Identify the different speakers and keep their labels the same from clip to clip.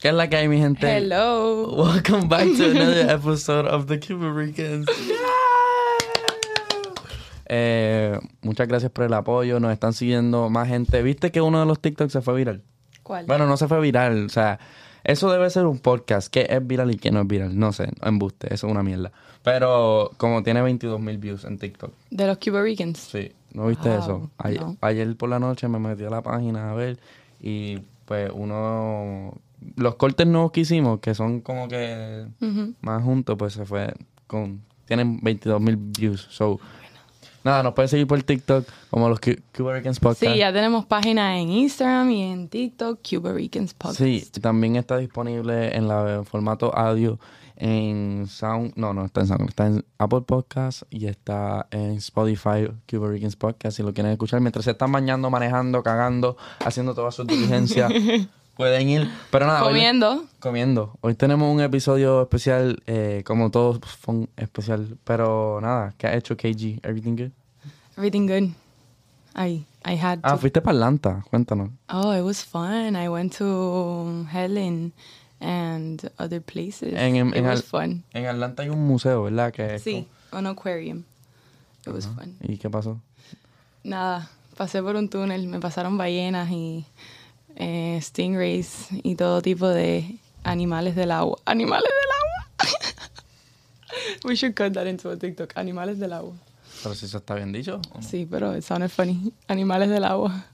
Speaker 1: ¿Qué es la que hay, mi gente?
Speaker 2: Hello.
Speaker 1: Welcome back to another episode of The Cuban Ricans. Eh, muchas gracias por el apoyo. Nos están siguiendo más gente. ¿Viste que uno de los TikToks se fue viral?
Speaker 2: ¿Cuál?
Speaker 1: Bueno, no se fue viral. O sea, eso debe ser un podcast. ¿Qué es viral y qué no es viral? No sé, embuste. Eso es una mierda. Pero como tiene 22 mil views en TikTok.
Speaker 2: De los Cuba Ricans.
Speaker 1: Sí, ¿no viste
Speaker 2: Wow,
Speaker 1: eso? Ayer,
Speaker 2: Ah, no.
Speaker 1: ayer por la noche me metí a la página a ver y pues uno... Los cortes nuevos que hicimos, que son como que
Speaker 2: Ujú.
Speaker 1: más juntos, pues se fue con... Tienen 22 mil views, so... Nada, nos pueden seguir por TikTok como los Cu- Cuba Ricans Podcast.
Speaker 2: Sí, ya tenemos página en Instagram y en TikTok, Cuba Ricans Podcast.
Speaker 1: Sí, también está disponible en la en formato audio en Sound, no, no está en Sound, está en Apple Podcast y está en Spotify, Cuba Ricans Podcast, si lo quieren escuchar mientras se están bañando, manejando, cagando, haciendo todas sus diligencias, pueden ir, pero nada, hoy-
Speaker 2: Comiendo.
Speaker 1: comiendo. Hoy tenemos un episodio especial, eh, como todos fue un especial, pero nada, ¿qué ha hecho KG? Everything good?
Speaker 2: Everything good. I, I had
Speaker 1: Ah,
Speaker 2: to.
Speaker 1: fuiste para Atlanta, cuéntanos.
Speaker 2: Oh, it was fun. I went to Helen and other places.
Speaker 1: En- en-
Speaker 2: it
Speaker 1: en
Speaker 2: was
Speaker 1: Al-
Speaker 2: fun.
Speaker 1: En Atlanta hay un museo, ¿verdad? Que es
Speaker 2: Sí, un aquarium. It was
Speaker 1: como-
Speaker 2: fun.
Speaker 1: ¿Y qué pasó?
Speaker 2: Nada, pasé por un túnel, me pasaron ballenas y eh, stingrays y todo tipo de animales del agua. Animales del agua. We should cut that into a TikTok. Animales del agua.
Speaker 1: Pero si eso está bien dicho. ¿o Oh, no?
Speaker 2: Sí, pero it sounded funny. Animales del agua.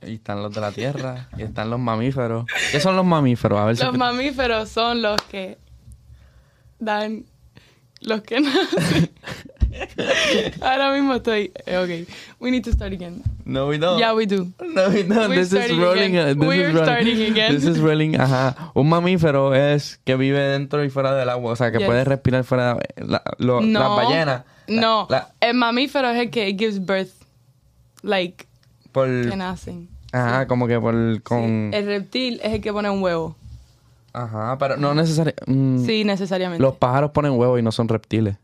Speaker 1: Y están los de la tierra, y están los mamíferos. ¿Qué son los mamíferos? A ver si.
Speaker 2: Los mamíferos son los que dan los que nacen. Ahora mismo estoy. eh, Ok, we need to start again.
Speaker 1: No, we don't.
Speaker 2: Yeah, we do.
Speaker 1: No, we don't.
Speaker 2: We're
Speaker 1: This is
Speaker 2: starting
Speaker 1: rolling.
Speaker 2: again.
Speaker 1: uh, This
Speaker 2: We're
Speaker 1: is rolling.
Speaker 2: starting again.
Speaker 1: This is rolling. Ajá. Un mamífero es que vive dentro y fuera del agua. O sea, que
Speaker 2: Yes.
Speaker 1: puede respirar fuera de la, lo-
Speaker 2: No.
Speaker 1: las ballenas. la-
Speaker 2: No,
Speaker 1: la-
Speaker 2: el mamífero es el que gives birth. Like,
Speaker 1: por,
Speaker 2: que nacen.
Speaker 1: ajá, como que por. Con,
Speaker 2: Sí, El reptil es el que pone un huevo.
Speaker 1: Ajá, pero no necesariamente.
Speaker 2: Sí, necesariamente.
Speaker 1: Mm. Los pájaros ponen huevos y no son reptiles.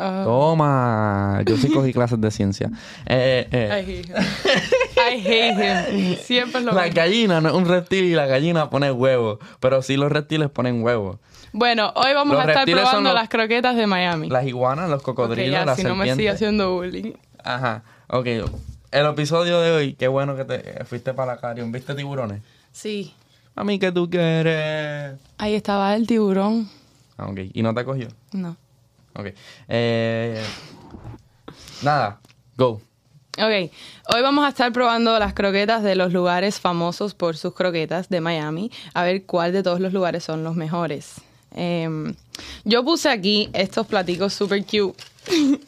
Speaker 2: Ah,
Speaker 1: Toma. Yo sí cogí clases de ciencia. Eh, eh.
Speaker 2: I hate him. I hate him. Siempre es lo
Speaker 1: La
Speaker 2: mismo.
Speaker 1: gallina no es un reptil y la gallina pone huevos. Pero sí los reptiles ponen huevos.
Speaker 2: Bueno, hoy vamos
Speaker 1: Los
Speaker 2: a estar
Speaker 1: reptiles son
Speaker 2: probando
Speaker 1: los-
Speaker 2: las croquetas de Miami.
Speaker 1: Las iguanas, los cocodrilos,
Speaker 2: Ok, ya,
Speaker 1: las
Speaker 2: si no me sigue
Speaker 1: serpientes.
Speaker 2: haciendo bullying.
Speaker 1: Ajá. Ok. El episodio de hoy, qué bueno que te eh, fuiste para la Carión. ¿Viste tiburones?
Speaker 2: Sí.
Speaker 1: A mí que tú quieres.
Speaker 2: Ahí estaba el tiburón.
Speaker 1: Ah, ok. ¿Y no te cogió?
Speaker 2: No.
Speaker 1: Ok. Eh, nada. Go.
Speaker 2: Ok, hoy vamos a estar probando las croquetas de los lugares famosos por sus croquetas de Miami, a ver cuál de todos los lugares son los mejores. Em, yo puse aquí estos platicos super cute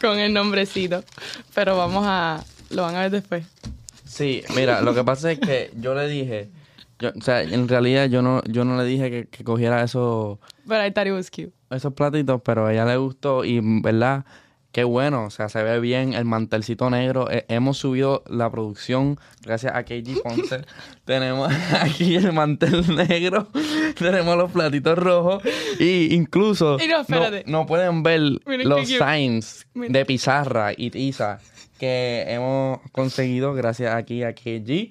Speaker 2: con el nombrecito, pero vamos a... lo van a ver después.
Speaker 1: Sí, mira, lo que pasa es que yo le dije. yo- o sea, en realidad yo no, yo no le dije que, que cogiera esos
Speaker 2: But I thought it was cute.
Speaker 1: esos platitos, pero a ella le gustó y, mm, ¿verdad? Qué bueno, o sea, se ve bien el mantelcito negro. Eh, hemos subido la producción gracias a KG Ponce. Tenemos aquí el mantel negro, tenemos los platitos rojos y incluso
Speaker 2: Y no, espérate.
Speaker 1: no pueden ver
Speaker 2: qué
Speaker 1: los
Speaker 2: cute.
Speaker 1: signs
Speaker 2: Mira.
Speaker 1: de pizarra y tiza que hemos conseguido gracias aquí a KG,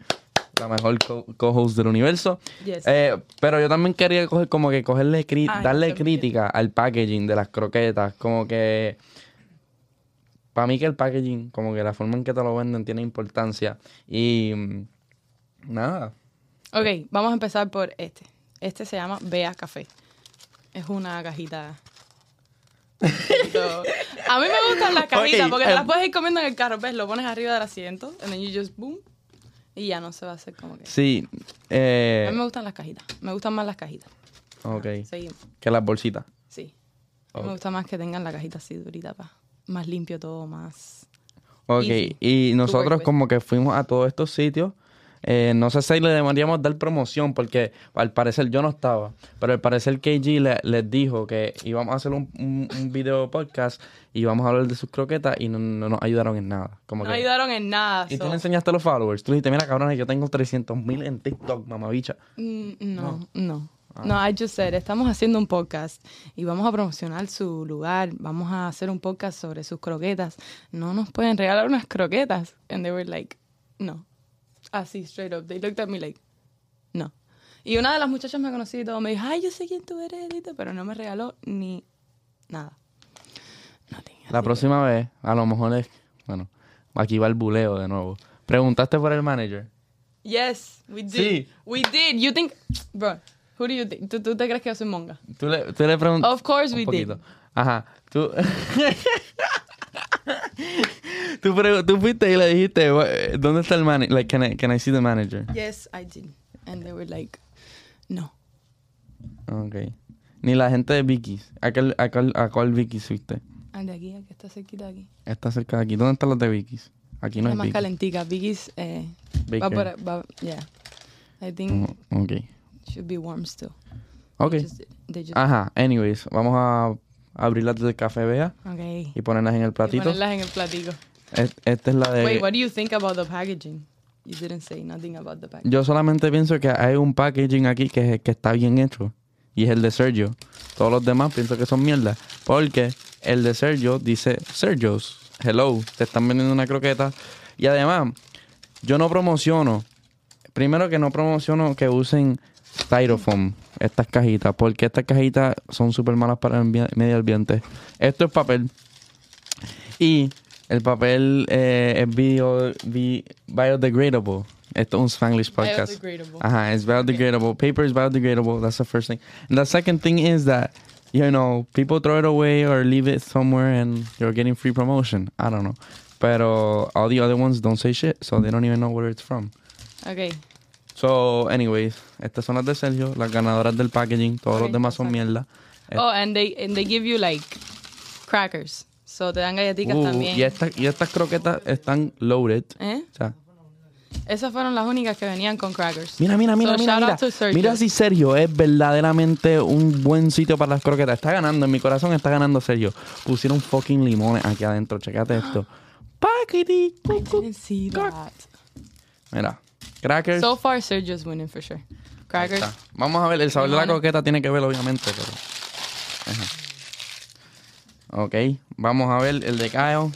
Speaker 1: la mejor co- co-host del universo.
Speaker 2: Yes.
Speaker 1: Eh, pero yo también quería coger como que cogerle cri-
Speaker 2: Ah,
Speaker 1: darle
Speaker 2: yo también.
Speaker 1: crítica al packaging de las croquetas, como que para mí que el packaging, como que la forma en que te lo venden tiene importancia y mm, nada.
Speaker 2: Ok, vamos a empezar por este. Este se llama Bea Café. Es una cajita. So, a mí me gustan las cajitas
Speaker 1: Ok,
Speaker 2: porque te
Speaker 1: eh,
Speaker 2: las puedes ir comiendo en el carro. ¿Ves? Lo pones arriba del asiento. And then you just boom. Y ya no se va a hacer como que.
Speaker 1: Sí,
Speaker 2: A mí me
Speaker 1: eh,
Speaker 2: gustan las cajitas. Me gustan más las cajitas.
Speaker 1: ok,
Speaker 2: Seguimos.
Speaker 1: que las bolsitas.
Speaker 2: Sí. Me gusta más que tengan la cajita así durita. Pa. Más limpio todo, más.
Speaker 1: Ok,
Speaker 2: Easy.
Speaker 1: y
Speaker 2: work
Speaker 1: nosotros
Speaker 2: with.
Speaker 1: como que fuimos a todos estos sitios. eh, no sé si le deberíamos dar promoción porque al parecer yo no estaba, pero al parecer KG le- les dijo que íbamos a hacer un, un- un video podcast y íbamos a hablar de sus croquetas y no, no nos ayudaron en nada. Como
Speaker 2: No
Speaker 1: que-
Speaker 2: ayudaron en nada.
Speaker 1: Y tú
Speaker 2: so-
Speaker 1: le enseñaste a los followers, tú le dijiste, mira cabrones, yo tengo 300 mil en TikTok, mamabicha.
Speaker 2: Mm, No, no.
Speaker 1: Ah.
Speaker 2: No, I just said, estamos haciendo un podcast y vamos a promocionar su lugar, vamos a hacer un podcast sobre sus croquetas. No nos pueden regalar unas croquetas. And they were like, no. Así, straight up. They looked at me like, no. Y una de las muchachas me conocí y todo, me dijo, ay, yo sé quién tú eres, Edito, pero no me regaló ni nada. No tenía.
Speaker 1: La próxima vez, a lo mejor es. Bueno, aquí va el buleo de nuevo. Preguntaste por el manager.
Speaker 2: Yes, we did.
Speaker 1: Sí.
Speaker 2: We did. You think, bro, who do you think? ¿Tú, tú te crees que yo soy monga?
Speaker 1: Tú le, tú le preguntaste.
Speaker 2: Of course
Speaker 1: un
Speaker 2: we did.
Speaker 1: poquito. Ajá. Tú. tú, pre- tú fuiste y le dijiste, "Wha- ¿dónde está el manager? Like, can I, can I see the manager?
Speaker 2: Yes, I did. And they were like, no.
Speaker 1: Ok. Ni la gente de Vicky's. ¿A cuál, a cuál- a cuál Vicky's fuiste?
Speaker 2: Ande aquí, aquí está cerquita de aquí.
Speaker 1: Está cerca de aquí. ¿Dónde están los de Vicky's? Aquí no
Speaker 2: la
Speaker 1: es
Speaker 2: más
Speaker 1: Vicky's.
Speaker 2: calentica. Biggie's, eh, va
Speaker 1: Baker.
Speaker 2: para, va, yeah. I think
Speaker 1: Mm, Ok.
Speaker 2: should be warm still.
Speaker 1: Ok.
Speaker 2: They just- they just-
Speaker 1: Ajá. Anyways, vamos a abrirlas del café, Bea,
Speaker 2: okay.
Speaker 1: y ponerlas en el
Speaker 2: Y
Speaker 1: platito.
Speaker 2: ponerlas en el platico.
Speaker 1: Es- Esta es la de...
Speaker 2: Wait, what do you think about the packaging? You didn't say nothing about the packaging.
Speaker 1: Yo solamente pienso que hay un packaging aquí que, es- que está bien hecho. Y es el de Sergio. Todos los demás pienso que son mierda. Porque el de Sergio dice Sergio's. Hello. Te están vendiendo una croqueta. Y además, yo no promociono. Primero que no promociono que usen Styrofoam, estas cajitas, porque estas cajitas son súper malas para el ambi- medio ambiente. Esto es papel. Y el papel eh, es bio- bi- biodegradable. Esto es un Spanglish podcast. Ah.
Speaker 2: Biodegradable.
Speaker 1: Ajá, it's biodegradable. Paper is biodegradable. That's the first thing. And the second thing is that, you know, people throw it away or leave it somewhere and you're getting free promotion. I don't know. Pero all the other ones don't say shit, so they don't even know where it's from.
Speaker 2: Okay.
Speaker 1: So, anyways, estas son las de Sergio, las ganadoras del packaging. Todos los
Speaker 2: Ok,
Speaker 1: demás son
Speaker 2: exacto.
Speaker 1: mierda. Eh,
Speaker 2: Oh, and they and they give you like crackers. So te dan galletitas
Speaker 1: uh,
Speaker 2: también.
Speaker 1: y, estas, y estas croquetas están loaded.
Speaker 2: ¿Eh?
Speaker 1: O sea,
Speaker 2: Esas fueron las únicas que venían con crackers.
Speaker 1: mira, mira, mira,
Speaker 2: So,
Speaker 1: mira.
Speaker 2: shout
Speaker 1: Mira.
Speaker 2: out to Sergio.
Speaker 1: Mira si Sergio es verdaderamente un buen sitio para las croquetas. Está ganando, en mi corazón está ganando Sergio. Pusieron fucking limones aquí adentro, checate esto. Packity, cu, cu.
Speaker 2: Didn't see that.
Speaker 1: Mira, crackers.
Speaker 2: So far Sergio's winning for sure.
Speaker 1: Ahí
Speaker 2: Crackers.
Speaker 1: está. Vamos a ver, el sabor de la
Speaker 2: Limones.
Speaker 1: croqueta tiene que ver, obviamente, pero. Ajá. Ok, vamos a ver el de Kyle.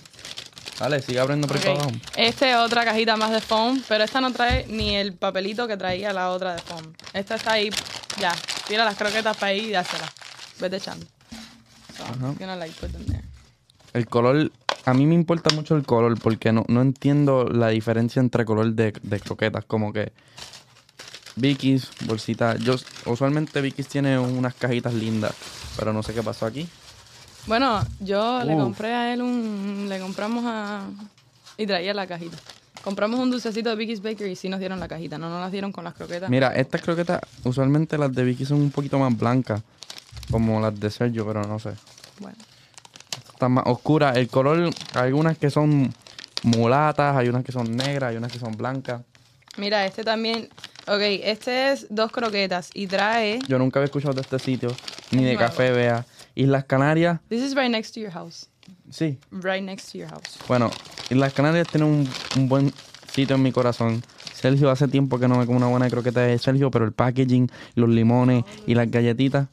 Speaker 1: Dale, sigue abriendo por ahí para
Speaker 2: Ok.
Speaker 1: abajo.
Speaker 2: Esta es otra cajita más de foam, pero esta no trae ni el papelito que traía la otra de foam. Esta está ahí, ya. Tira las croquetas para ahí y dáselas. Vete echando. So, I'm just gonna like put them there.
Speaker 1: El color, a mí me importa mucho el color porque no, no entiendo la diferencia entre color de, de croquetas. Como que Vicky's, bolsita. Yo, usualmente Vicky's tiene unas cajitas lindas, pero no sé qué pasó aquí.
Speaker 2: Bueno, yo le
Speaker 1: Uf.
Speaker 2: compré a él un. Le compramos a. Y traía la cajita. Compramos un dulcecito de Biggie's Bakery y sí nos dieron la cajita. No nos las dieron con las croquetas.
Speaker 1: Mira, estas croquetas, usualmente las de Vicky son un poquito más blancas, como las de Sergio, pero no sé.
Speaker 2: Bueno.
Speaker 1: están más oscuras. El color, hay algunas que son mulatas, hay unas que son negras, hay unas que son blancas.
Speaker 2: Mira, este también. Ok, este es dos croquetas y trae.
Speaker 1: Yo nunca había escuchado de este sitio, ni
Speaker 2: Es
Speaker 1: de
Speaker 2: nuevo.
Speaker 1: Café Bea. Islas Canarias,
Speaker 2: This is right next to your house.
Speaker 1: sí.
Speaker 2: Right next to your house.
Speaker 1: Bueno, Islas Canarias tiene un, un buen sitio en mi corazón. Sergio, hace tiempo que no me como una buena croqueta de Sergio, pero el packaging, los limones y las galletitas,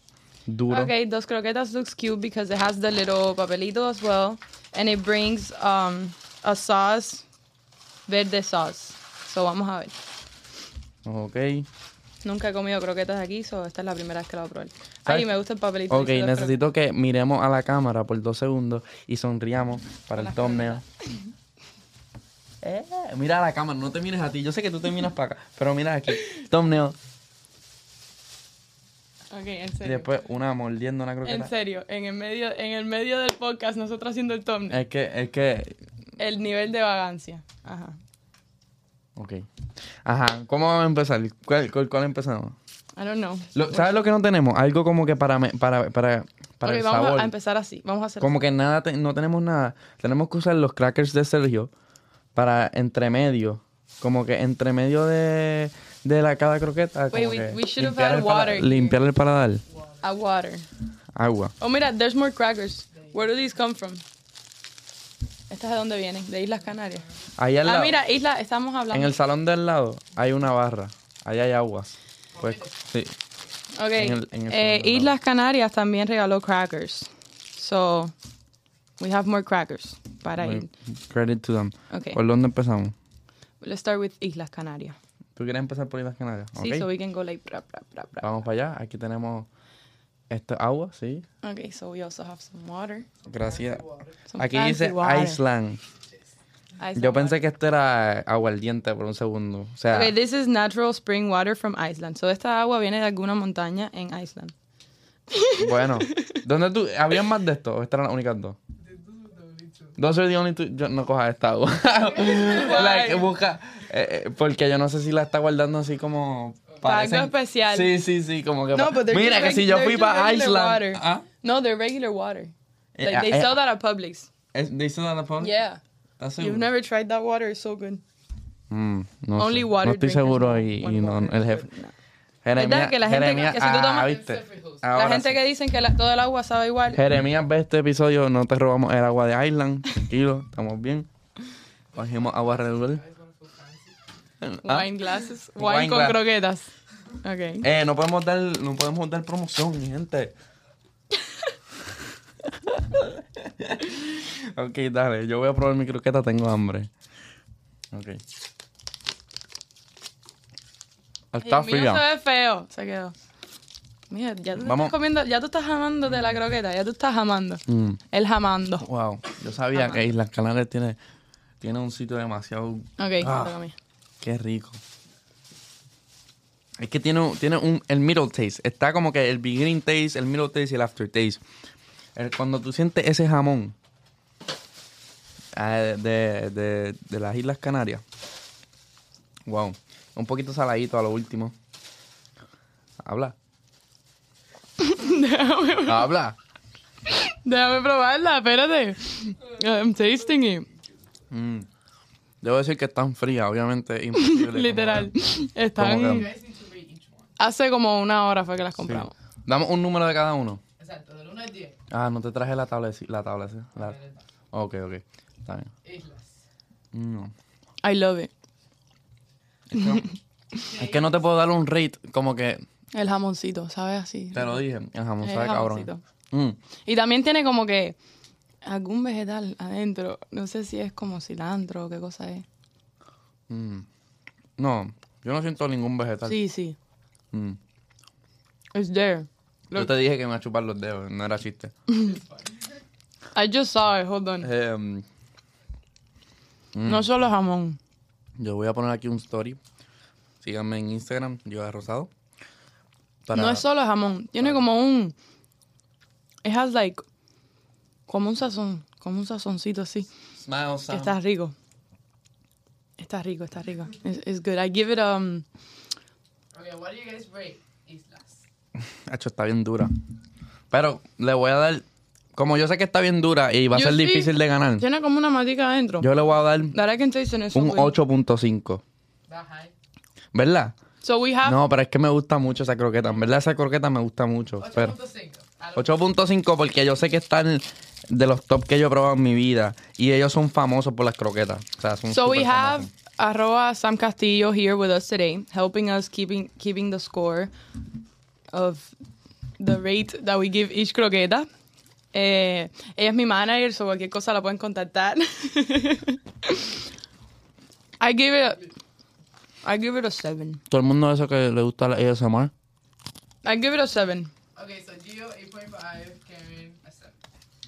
Speaker 1: duro.
Speaker 2: Okay, those croquetas looks cute because it has the little papelito as well, and it brings um, a sauce, verde sauce. So vamos a ver.
Speaker 1: Ok.
Speaker 2: Nunca he comido croquetas aquí, so esta es la primera vez que la voy a probar. Ay,
Speaker 1: ¿Sabes?
Speaker 2: me gusta el papelito.
Speaker 1: Ok,
Speaker 2: dice dos
Speaker 1: necesito que miremos a la cámara por dos segundos y sonriamos para el
Speaker 2: Las
Speaker 1: thumbnail. Eh, mira a la cámara, no te mires a ti. Yo sé que tú te miras para acá, pero mira aquí. Thumbnail.
Speaker 2: croquetas. Ok, en
Speaker 1: Y
Speaker 2: serio.
Speaker 1: después una mordiendo una croqueta.
Speaker 2: en serio, en el medio, en el medio del podcast, nosotros haciendo el thumbnail,
Speaker 1: Es que, es que.
Speaker 2: el nivel de vagancia. Ajá.
Speaker 1: Ok. Ajá, ¿cómo vamos a empezar? ¿Cuál, cuál, cuál empezamos?
Speaker 2: I don't know.
Speaker 1: Lo- ¿Sabes lo que no tenemos? Algo como que para, me- para, para, para
Speaker 2: Ok,
Speaker 1: el
Speaker 2: vamos a-
Speaker 1: sabor.
Speaker 2: a empezar así. Vamos a hacer.
Speaker 1: Como que nada, te- no tenemos nada. Tenemos que usar los crackers de Sergio para entremedio. Como que entremedio de, de la cada croqueta.
Speaker 2: Wait,
Speaker 1: como
Speaker 2: we-
Speaker 1: que
Speaker 2: we should have
Speaker 1: limpiar
Speaker 2: had
Speaker 1: el pala-
Speaker 2: water here.
Speaker 1: Limpiar el paladar.
Speaker 2: A water.
Speaker 1: Agua.
Speaker 2: Oh, mira, there's more crackers. Where do these come from? ¿Estas de dónde vienen? De Islas Canarias.
Speaker 1: Ahí al
Speaker 2: Ah,
Speaker 1: lado,
Speaker 2: mira, Isla, estamos hablando.
Speaker 1: en el salón del lado, hay una barra. Ahí hay agua. Pues, sí.
Speaker 2: Ok,
Speaker 1: en el- en el segundo
Speaker 2: eh,
Speaker 1: lado.
Speaker 2: Islas Canarias también regaló crackers. So, we have more crackers para ir.
Speaker 1: Credit to them.
Speaker 2: Ok,
Speaker 1: ¿Por dónde empezamos?
Speaker 2: let's start with Islas Canarias.
Speaker 1: ¿Tú quieres empezar por Islas Canarias?
Speaker 2: Sí,
Speaker 1: Ok.
Speaker 2: so we can go like pra, pra, pra, pra.
Speaker 1: Vamos para allá. Aquí tenemos esta agua, sí.
Speaker 2: Okay, so we also have some water.
Speaker 1: Gracias.
Speaker 2: Some
Speaker 1: Aquí
Speaker 2: fancy
Speaker 1: dice
Speaker 2: water.
Speaker 1: Iceland.
Speaker 2: Iceland
Speaker 1: Yo pensé que esto era aguardiente por un segundo. O sea,
Speaker 2: Okay, this is natural spring water from Iceland. So esta agua viene de alguna montaña en Iceland.
Speaker 1: bueno. ¿Dónde tú? ¿Habían más de esto? ¿O estas eran las únicas dos? Those are the only two. Yo no coja esta agua. Like, busca. eh, eh, porque yo no sé si la está guardando así como.
Speaker 2: Para
Speaker 1: parecen-
Speaker 2: algo especial.
Speaker 1: Sí, sí, sí. Como que.
Speaker 2: No,
Speaker 1: pa-
Speaker 2: but they're
Speaker 1: Mira,
Speaker 2: just
Speaker 1: que
Speaker 2: reg-
Speaker 1: si yo
Speaker 2: they're
Speaker 1: fui
Speaker 2: just
Speaker 1: para
Speaker 2: regular
Speaker 1: Iceland.
Speaker 2: water.
Speaker 1: ¿Ah?
Speaker 2: No, they're regular water.
Speaker 1: Eh,
Speaker 2: Like, they
Speaker 1: eh,
Speaker 2: sell that at Publix.
Speaker 1: eh, ¿They sell that at Publix?
Speaker 2: Yeah.
Speaker 1: ¿Estás seguro?
Speaker 2: You've never tried that water. It's so good.
Speaker 1: Mm, no
Speaker 2: Only
Speaker 1: sé.
Speaker 2: water
Speaker 1: No estoy
Speaker 2: drinkers
Speaker 1: seguro
Speaker 2: know
Speaker 1: y,
Speaker 2: what
Speaker 1: y no,
Speaker 2: water
Speaker 1: el
Speaker 2: is
Speaker 1: jefe.
Speaker 2: good. No.
Speaker 1: Jeremías,
Speaker 2: que la gente-
Speaker 1: Jeremías-
Speaker 2: que si tú tomas-
Speaker 1: ah, ¿viste?
Speaker 2: La
Speaker 1: Ahora
Speaker 2: gente
Speaker 1: sí.
Speaker 2: que dicen que la- todo el agua sabe igual.
Speaker 1: Jeremías ve este episodio, no te robamos el agua de Island, tranquilo, estamos bien. Cogimos agua Red Bull. Ah,
Speaker 2: Wine glasses.
Speaker 1: Wine
Speaker 2: Wine, con
Speaker 1: glass.
Speaker 2: croquetas. Okay.
Speaker 1: eh, no podemos dar, no podemos dar promoción, mi gente. ok, dale, yo voy a probar mi croqueta, tengo hambre. Ok. Está
Speaker 2: El mío
Speaker 1: fría.
Speaker 2: se ve feo. Se quedó. Mira, ya tú te
Speaker 1: Vamos.
Speaker 2: estás comiendo, ya tú estás jamándote la croqueta, ya tú estás jamando.
Speaker 1: Mm.
Speaker 2: El jamando.
Speaker 1: Wow, yo sabía que Islas Canarias tiene, tiene un sitio demasiado...
Speaker 2: Ok, me
Speaker 1: Ah.
Speaker 2: toca a mí.
Speaker 1: Qué rico. Es que tiene, un- tiene un, el middle taste. Está como que el beginning taste, el middle taste y el aftertaste. El- cuando tú sientes ese jamón ah, de, de- de las Islas Canarias. Wow. Un poquito saladito a lo último. Habla.
Speaker 2: Déjame,
Speaker 1: Habla.
Speaker 2: déjame probarla, espérate. Eh, I'm tasting it.
Speaker 1: Mm. Debo decir que están frías, obviamente. imposible como-
Speaker 2: Literal.
Speaker 1: como
Speaker 2: Están.
Speaker 1: que-
Speaker 2: Hace como una hora fue que las compramos.
Speaker 1: Sí. Damos un número de cada uno.
Speaker 3: Exacto, del 1 al 10,
Speaker 1: Ah, no te traje la tabla, la tabla, sí. La... Ok, ok. Está bien.
Speaker 3: islas.
Speaker 1: No.
Speaker 2: I love it.
Speaker 1: Es que, es que no te puedo dar un rate, como que
Speaker 2: El jamoncito, ¿sabes? Así.
Speaker 1: te lo dije. El jamón
Speaker 2: El
Speaker 1: sabe cabrón.
Speaker 2: jamoncito.
Speaker 1: Mm.
Speaker 2: Y también tiene como que algún vegetal adentro. No sé si es como cilantro o qué cosa es.
Speaker 1: mm. No, yo no siento ningún vegetal.
Speaker 2: Sí, sí.
Speaker 1: Mm.
Speaker 2: It's there.
Speaker 1: Yo te dije que me iba a chupar los dedos, no era chiste.
Speaker 2: I just saw it. Hold on.
Speaker 1: Em, mm.
Speaker 2: No solo jamón.
Speaker 1: yo voy a poner aquí un story. Síganme en Instagram, yo de rosado. Para-
Speaker 2: No es solo jamón. Tiene como un. It has like. Como un sazón. Como un sazoncito así.
Speaker 1: Smile
Speaker 2: Que
Speaker 1: sound.
Speaker 2: está rico. Está rico, está rico. It's, it's good. I give it um.
Speaker 3: Okay, what do you guys rate islas?
Speaker 1: Hacho, está bien dura. Pero le voy a dar. Como yo sé que está bien dura y va a
Speaker 2: Yo
Speaker 1: ser
Speaker 2: sí.
Speaker 1: difícil de ganar,
Speaker 2: Tiene como una matica adentro.
Speaker 1: yo le voy a dar un
Speaker 2: That I can taste and it's so good.
Speaker 1: 8.5.
Speaker 3: That high?
Speaker 1: ¿Verdad?
Speaker 2: So we have.
Speaker 1: No, pero es que me gusta mucho esa croqueta. En verdad, esa croqueta me gusta mucho. Pero
Speaker 3: 8.5. A lo-
Speaker 1: 8.5 porque yo sé que están de los top que yo he probado en mi vida. Y ellos son famosos por las croquetas. O sea, son
Speaker 2: So we have
Speaker 1: superfamosos.
Speaker 2: arroba Sam Castillo here with us today, helping us keeping keeping the score of the rate that we give each croqueta. Eh, ella es mi manager, so cualquier cosa la pueden contactar. I give it, a, I give it a seven.
Speaker 1: Todo el mundo eso que le gusta la ASMR.
Speaker 2: I give it a seven.
Speaker 3: Okay, so Gio 8.5, Karen a 7.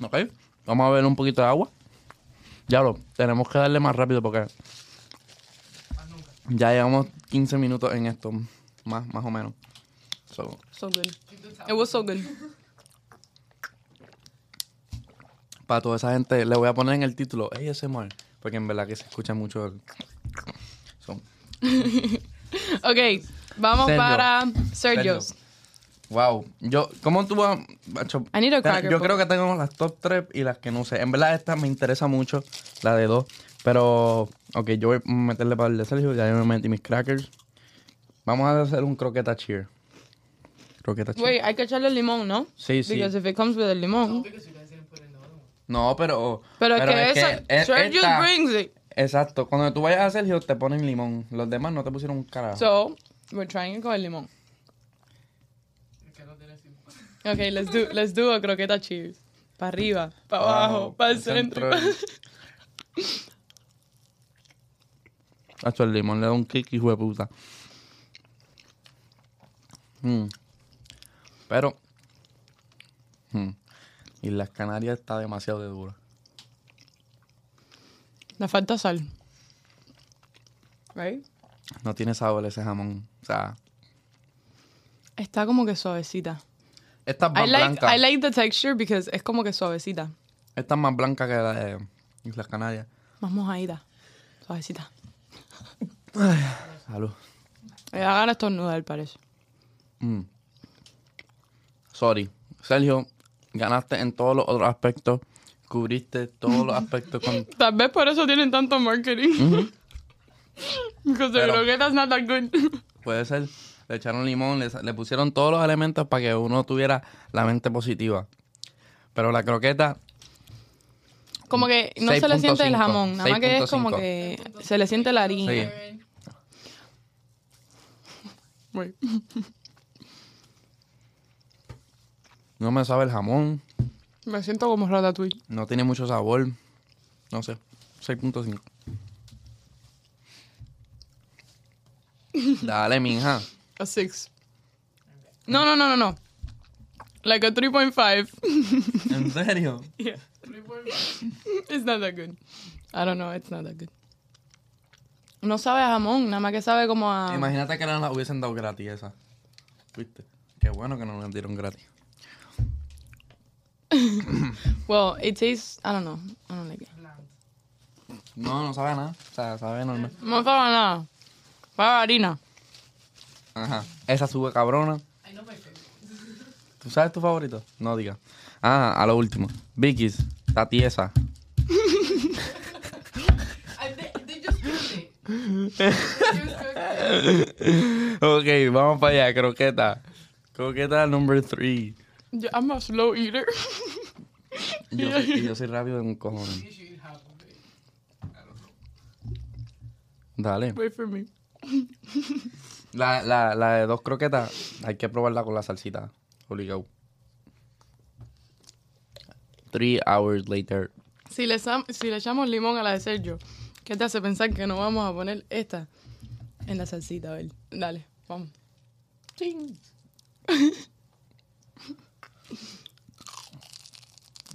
Speaker 1: Ok. Vamos a ver un poquito de agua. Ya lo, tenemos que darle más rápido porque
Speaker 3: Más nunca.
Speaker 1: ya llevamos 15 minutos en esto. Más, más o menos. So,
Speaker 2: So good.
Speaker 3: Y tú
Speaker 2: It
Speaker 3: sabes.
Speaker 2: was so good.
Speaker 1: para toda esa gente, le voy a poner en el título ASMR. Porque en verdad que se escucha mucho el... So,
Speaker 2: Okay, vamos
Speaker 1: Sergio.
Speaker 2: para Sergio's.
Speaker 1: Wow, yo, ¿cómo tú vas? macho?
Speaker 2: I need a
Speaker 1: Espera,
Speaker 2: cracker,
Speaker 1: yo
Speaker 2: por
Speaker 1: creo que tengo las top 3 y las que no sé. En verdad, esta me interesa mucho, la de 2. Pero, ok, yo voy a meterle para el de Sergio, ya yo me metí mis crackers. Vamos a hacer un croqueta cheer. Croqueta cheer.
Speaker 2: Wait, hay que echarle limón, ¿no?
Speaker 1: Sí, sí.
Speaker 2: Because if it comes with el limón.
Speaker 3: Because you guys didn't put in the other one.
Speaker 1: No, pero.
Speaker 2: Pero, es que esa,
Speaker 1: es-
Speaker 2: Sergio's
Speaker 1: esta-
Speaker 2: brings it.
Speaker 1: Exacto, cuando tú vayas a Sergio te ponen limón. Los demás no te pusieron un carajo.
Speaker 2: So, we're trying it con el limón.
Speaker 3: Es que no tienes tiempo.
Speaker 2: Okay, let's do, let's do a croqueta cheers. Para arriba, para abajo, para el centro.
Speaker 1: Hacho, el limón le da un kick, hijo de puta. Mm. Pero. mm, Islas Canarias está demasiado de dura.
Speaker 2: Le falta sal. Right?
Speaker 1: No tiene sabor ese jamón. O sea,
Speaker 2: Está como que suavecita.
Speaker 1: esta es
Speaker 2: I
Speaker 1: más
Speaker 2: like,
Speaker 1: blanca.
Speaker 2: I like the texture because es como que suavecita.
Speaker 1: Esta es más blanca que la de Islas Canarias.
Speaker 2: Más mojadita. Suavecita.
Speaker 1: Salud.
Speaker 2: Me da ganas de estornudar, parece.
Speaker 1: Mm. Sorry. Sergio, ganaste en todos los otros aspectos. Cubriste todos los aspectos con.
Speaker 2: Tal vez por eso tienen tanto marketing. Because the
Speaker 1: Pero-
Speaker 2: croquetas not that good.
Speaker 1: Puede ser. Le echaron limón, le, le pusieron todos los elementos para que uno tuviera la mente positiva. Pero la croqueta,
Speaker 2: Como que no se le siente el
Speaker 1: 6.5,
Speaker 2: jamón. Nada más que es como
Speaker 1: 6.5.
Speaker 2: que se le siente la harina.
Speaker 1: Sí.
Speaker 2: Right.
Speaker 1: no me sabe el jamón,
Speaker 2: Me siento como ratatouille.
Speaker 1: no tiene mucho sabor. No sé, 6.5. Dale, mija.
Speaker 2: A six. No, no, no, no, no. Like a 3.5.
Speaker 1: ¿En serio?
Speaker 2: yeah. It's not that good. I don't know, it's not that good. No sabe a jamón, nada más que sabe como a...
Speaker 1: Imagínate que nos la hubiesen dado gratis esa. ¿Viste? Qué bueno que nos la dieron gratis.
Speaker 2: Well, it tastes... I don't know. I don't like it.
Speaker 1: No, no sabe a nada. O sea, sabe normal.
Speaker 2: No sabe a nada. Sabe a harina.
Speaker 1: Ajá. Esa sube cabrona.
Speaker 3: I know my favorite.
Speaker 1: ¿Tú sabes tu favorito? No diga. Ah, a lo último. Vicky's, está tiesa.
Speaker 3: I, they, they just cooked it. they just cooked it.
Speaker 1: ok, vamos para allá, croqueta. Croqueta number three.
Speaker 2: Yo- I'm a slow eater.
Speaker 1: Yo, soy- y yo soy rápido en un cojón.
Speaker 3: You should eat half of it.
Speaker 1: Dale.
Speaker 2: Wait for me.
Speaker 1: La, la, la de dos croquetas, hay que probarla con la salsita. Obligado. Three hours later.
Speaker 2: Si le, sam- si le echamos limón a la de Sergio, ¿qué te hace pensar que no vamos a poner esta en la salsita? A ver, dale, vamos. Ching.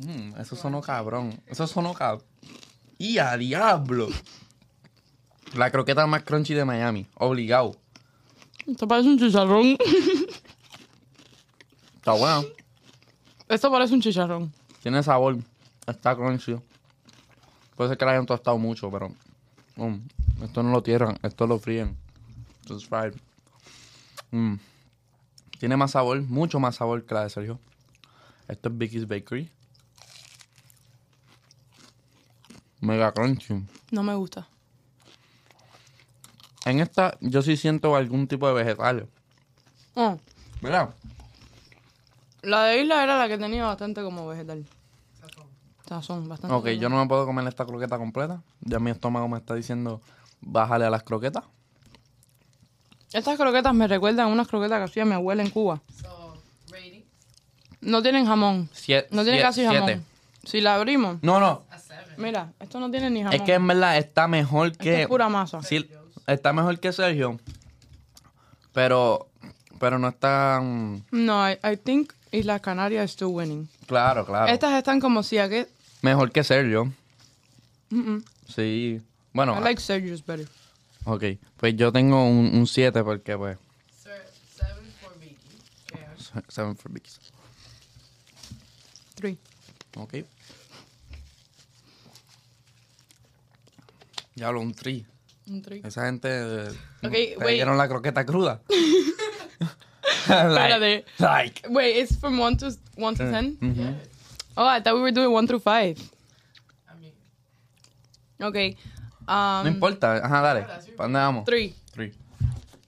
Speaker 1: Mm, eso sonó cabrón. Eso sonó cabrón. ¡Y a diablo! La croqueta más crunchy de Miami. Obligado.
Speaker 2: Esto parece un chicharrón.
Speaker 1: Está bueno.
Speaker 2: Esto parece un chicharrón.
Speaker 1: Tiene sabor. Está crunchy. Puede ser que la hayan tostado mucho, pero. mm, esto no lo tierran, esto lo fríen. Esto es fried. Mm. Tiene más sabor, mucho más sabor que la de Sergio. Esto es Vicky's Bakery. Mega crunchy.
Speaker 2: No me gusta.
Speaker 1: En esta, yo sí siento algún tipo de vegetales.
Speaker 2: Oh,
Speaker 1: ¿Verdad?
Speaker 2: la de isla era la que tenía bastante como vegetal. Sazón, bastante.
Speaker 1: Ok, yo no me puedo comer esta croqueta completa. Ya mi estómago me está diciendo, bájale a las croquetas.
Speaker 2: Estas croquetas me recuerdan a unas croquetas que hacía mi abuela en Cuba.
Speaker 3: So, rating
Speaker 2: No tienen jamón.
Speaker 1: Siete,
Speaker 2: No tiene
Speaker 1: sie-
Speaker 2: casi jamón.
Speaker 1: siete.
Speaker 2: Si la abrimos,
Speaker 1: No, no.
Speaker 3: a seven.
Speaker 2: mira, esto no tiene ni jamón.
Speaker 1: Es que en verdad está mejor
Speaker 2: Esto
Speaker 1: que.
Speaker 2: es pura masa.
Speaker 1: sí, está mejor que Sergio. Pero. Pero no está. mm,
Speaker 2: No, I, I think Islas Canarias is still winning.
Speaker 1: Claro, claro.
Speaker 2: Estas están como si a que.
Speaker 1: Mejor que Sergio.
Speaker 2: Mm-mm.
Speaker 1: Sí. Bueno,
Speaker 2: I like Sergio's better.
Speaker 1: ok. Pues yo tengo un 7 porque, pues.
Speaker 3: Sir, seven for Vicky. Yeah.
Speaker 1: 7 for Vicks.
Speaker 2: Three.
Speaker 1: Ok. Ya hablo un 3.
Speaker 2: Un three.
Speaker 1: Esa gente. eh,
Speaker 2: Ok,
Speaker 1: te
Speaker 2: wait.
Speaker 1: dieron la croqueta cruda. like,
Speaker 2: Espérate.
Speaker 1: like.
Speaker 2: Wait, it's from one to one to ten.
Speaker 1: Mm-hmm.
Speaker 2: Oh, I thought we were doing one through five.
Speaker 3: I mean,
Speaker 2: Okay.
Speaker 1: No
Speaker 2: Um,
Speaker 1: importa. Ajá, dale. ¿Para dónde vamos?
Speaker 2: three.
Speaker 1: Three.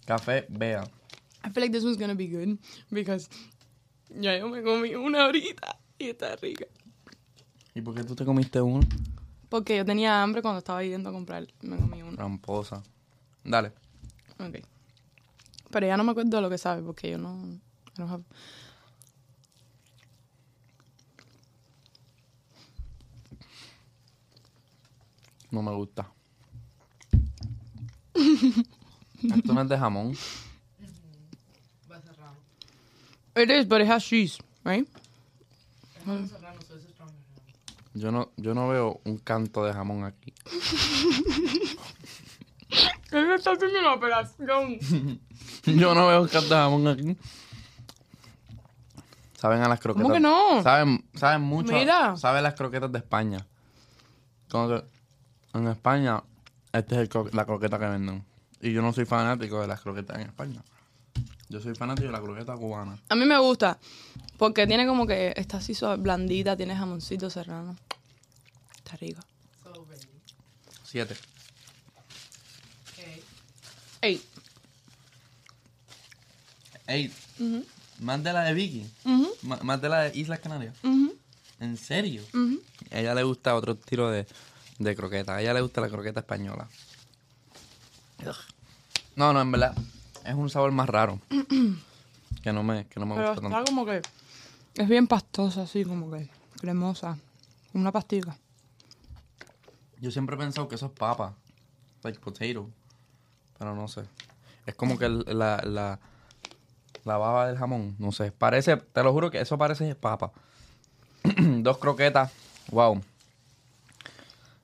Speaker 1: Café Bea.
Speaker 2: I feel like this one's gonna be good because ya yo me comí una horita y está rica.
Speaker 1: ¿Y por qué tú te comiste uno?
Speaker 2: Porque yo tenía hambre cuando estaba yendo a comprar. Me comí una.
Speaker 1: Tramposa. Dale.
Speaker 2: Okay. Pero ya no me acuerdo lo que sabe porque yo no. I don't have-
Speaker 1: No me gusta. Esto no es de jamón.
Speaker 3: vas a round.
Speaker 2: It is, but it has cheese, right? Mm.
Speaker 1: Yo no, yo no veo un canto de jamón aquí.
Speaker 2: Él está haciendo una operación.
Speaker 1: Yo no veo un canto de jamón aquí. Saben a las croquetas.
Speaker 2: que no?
Speaker 1: Saben, saben mucho. a-
Speaker 2: Mira.
Speaker 1: Saben las croquetas de España. Como que en España, esta es el cro- la croqueta que venden. Y yo no soy fanático de las croquetas en España. Yo soy fanático de la croqueta cubana.
Speaker 2: A mí me gusta, porque tiene como que, está así suave, blandita, tiene jamoncito serrano. Está rico.
Speaker 3: So baby.
Speaker 1: Siete.
Speaker 3: Okay.
Speaker 2: Ey,
Speaker 1: Ey. Más de la de Vicky.
Speaker 2: ujú,
Speaker 1: Ma- Más de la de Islas Canarias.
Speaker 2: ujú,
Speaker 1: ¿En serio?
Speaker 2: ujú.
Speaker 1: A ella le gusta otro estilo de, de croqueta. A ella le gusta la croqueta española. No, no, en verdad. Es un sabor más raro. que no me, que no me
Speaker 2: pero
Speaker 1: gusta
Speaker 2: está
Speaker 1: tanto.
Speaker 2: como que, es bien pastosa, así como que, cremosa. Una pastilla.
Speaker 1: Yo siempre he pensado que eso es papa. Like potato. Pero no sé. Es como que el- la, la, la baba del jamón. No sé. Parece, te lo juro que eso parece papa. Dos croquetas. Wow.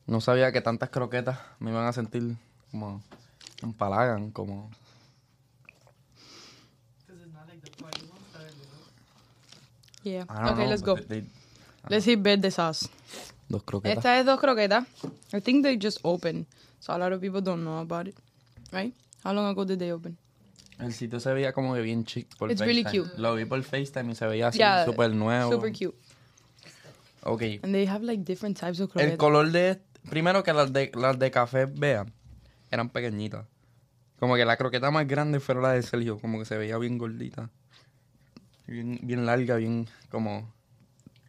Speaker 1: No sabía que tantas croquetas me iban a sentir como empalagan, como
Speaker 3: Because it's not like the party one. Sorry,
Speaker 2: Yeah.
Speaker 1: I don't
Speaker 2: Okay,
Speaker 1: know,
Speaker 2: let's go.
Speaker 1: but they- they-
Speaker 2: Let's eat bed the sauce.
Speaker 1: dos croquetas.
Speaker 2: Esta es dos croquetas. I think they just opened, so a lot of people don't know about it, right? How long ago did they open?
Speaker 1: El sitio se veía como que bien chic por
Speaker 2: It's really
Speaker 1: FaceTime.
Speaker 2: cute.
Speaker 1: Lo vi por FaceTime y se veía así
Speaker 2: Yeah,
Speaker 1: súper nuevo.
Speaker 2: Super cute.
Speaker 1: Ok,
Speaker 2: And they have like different types of
Speaker 1: El
Speaker 2: croquetas.
Speaker 1: color de... Primero que las de, las de café, vean, eran pequeñitas. Como que la croqueta más grande fue la de Sergio, como que se veía bien gordita. Bien, bien larga, bien como...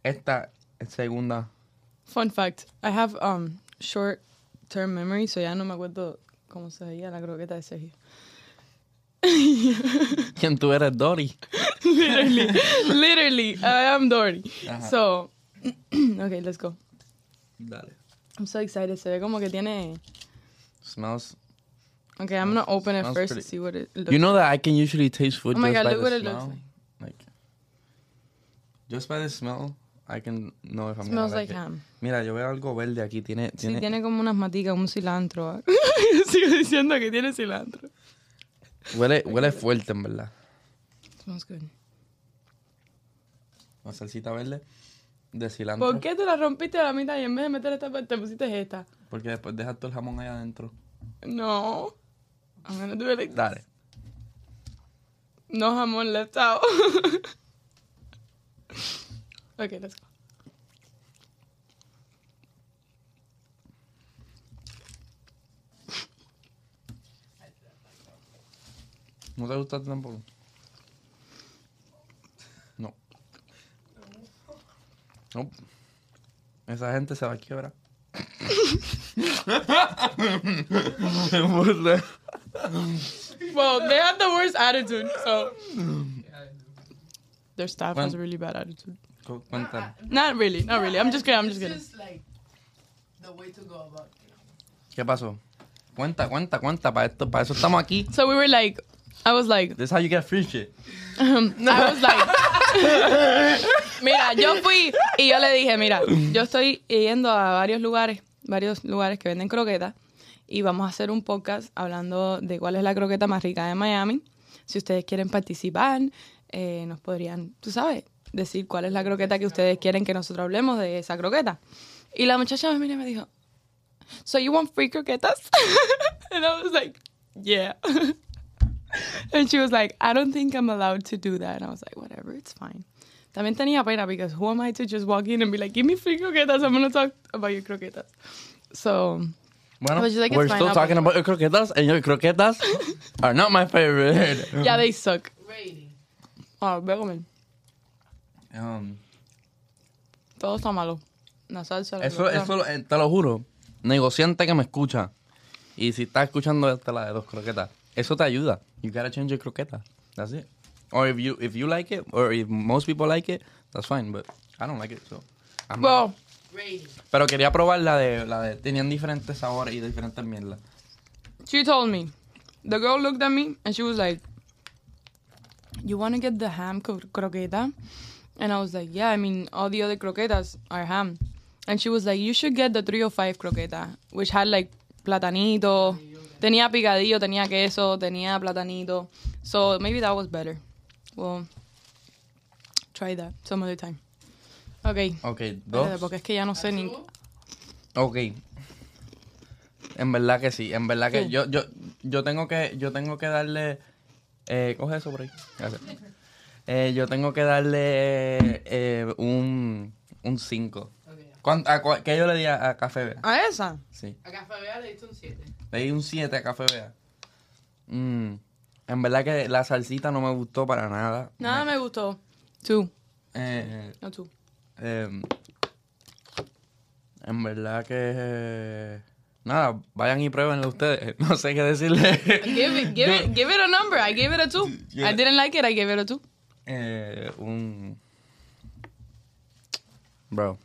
Speaker 1: Esta es segunda.
Speaker 2: Fun fact, I have um short term memory, so ya no me acuerdo cómo se veía la croqueta de Sergio.
Speaker 1: ¿Quién tú eres, Dory?
Speaker 2: literally, literally, I am Dory.
Speaker 1: Ajá.
Speaker 2: So, okay, let's go.
Speaker 1: Dale.
Speaker 2: I'm so excited. Se ve como que tiene.
Speaker 1: Smells...
Speaker 2: Okay, I'm gonna open it
Speaker 1: Sounds
Speaker 2: first to
Speaker 1: pretty-
Speaker 2: see what it looks.
Speaker 1: You know that I can usually taste food
Speaker 2: Oh my
Speaker 1: just
Speaker 2: God,
Speaker 1: by
Speaker 2: look
Speaker 1: the
Speaker 2: what it
Speaker 1: smell.
Speaker 2: looks
Speaker 1: like. just by the smell, I can know if I'm gonna
Speaker 2: smells like
Speaker 1: it.
Speaker 2: ham.
Speaker 1: Mira, yo veo algo verde aquí. Tiene,
Speaker 2: Sí,
Speaker 1: tiene,
Speaker 2: tiene como unas maticas, un cilantro. Yo Sigo diciendo que tiene cilantro.
Speaker 1: Huele, huele fuerte, en verdad.
Speaker 2: Smells good.
Speaker 1: La salsita verde de cilantro.
Speaker 2: ¿Por qué tú la rompiste a la mitad y en vez de meter esta parte te pusiste esta?
Speaker 1: Porque después dejas todo el jamón ahí adentro.
Speaker 2: No. I'm gonna do it like
Speaker 1: Dale.
Speaker 2: No jamón left out. okay, let's go.
Speaker 1: ¿No te gusta tampoco? No. No. Esa gente se va a quiebrar. Burla.
Speaker 2: Well, they have the worst attitude, so their staff has
Speaker 1: Bueno.
Speaker 2: a really bad attitude.
Speaker 1: Cu-
Speaker 3: No,
Speaker 1: Cuéntame.
Speaker 3: I-
Speaker 2: Not really, not really. I'm just kidding. I'm just
Speaker 3: It's
Speaker 2: kidding.
Speaker 3: just like the way to go about it.
Speaker 1: ¿Qué pasó? Cuenta, cuenta, cuenta. Para, esto, para eso estamos aquí.
Speaker 2: So we were like, I was like,
Speaker 1: This is how you get free shit.
Speaker 2: I was like, mira, yo fui y yo le dije, mira, yo estoy yendo a varios lugares, varios lugares que venden croquetas y vamos a hacer un podcast hablando de cuál es la croqueta más rica de Miami. Si ustedes quieren participar, eh, nos podrían, tú sabes, decir cuál es la croqueta que ustedes quieren que nosotros hablemos de esa croqueta. Y la muchacha me miró y me dijo, so you want free croquetas? and I was like, yeah. and she was like, I don't think I'm allowed to do that. And I was like, whatever, it's fine. También tenía pena because who am I to just walk in and be like, give me free croquetas. I'm going to talk about your croquetas. So,
Speaker 1: Bueno,
Speaker 2: But you like
Speaker 1: we're
Speaker 2: it's
Speaker 1: still
Speaker 2: pineapple.
Speaker 1: talking about your croquetas, and your croquetas are not my favorite.
Speaker 2: yeah, they suck.
Speaker 3: Rating.
Speaker 2: Ah, voy a comer.
Speaker 1: Um,
Speaker 2: Todo está malo. La salsa, la
Speaker 1: Eso,
Speaker 2: croqueta.
Speaker 1: eso lo- eh, te lo juro. Negociante que me escucha. Y si estás escuchando esta la de dos croquetas, eso te ayuda. You gotta change your croqueta. That's it. Or if you if you like it, or if most people like it, that's fine. But I don't like it, so. I'm not-
Speaker 2: Well,
Speaker 3: Rating.
Speaker 1: Pero quería probar la de la de tenían diferentes sabores y diferentes mierdas.
Speaker 2: she told me. The girl looked at me and she was like, you want to get the ham cro- croqueta? And I was like, yeah, I mean, all the other croquetas are ham. And she was like, you should get the 305 croqueta, which had like platanito, tenía picadillo, tenía queso, tenía platanito. So maybe that was better. Well, try that some other time. Okay.
Speaker 1: Ok,
Speaker 2: Espérate,
Speaker 1: dos.
Speaker 2: Porque es que ya no sé ni...
Speaker 1: Ok. En verdad que sí, en verdad que
Speaker 2: Sí.
Speaker 1: yo, yo, yo tengo que, yo tengo que darle. eh, coge eso por ahí. Gracias. Eh, yo tengo que darle eh, un 5. ¿Qué yo le di a, a Café Bea?
Speaker 2: ¿A esa?
Speaker 1: Sí.
Speaker 3: A Café Bea le diste un 7.
Speaker 1: Le di un 7 a Café Bea. Mm, En verdad que la salsita no me gustó para nada.
Speaker 2: Nada me gustó. Two.
Speaker 1: Eh,
Speaker 2: No two.
Speaker 1: Eh, en verdad que... eh, nada, vayan y pruébenlo ustedes. No sé qué decirle.
Speaker 2: Give it, give it, give it a number. I gave it a two.
Speaker 1: Yeah.
Speaker 2: I didn't like it. I gave it a two.
Speaker 1: Eh, un... Bro.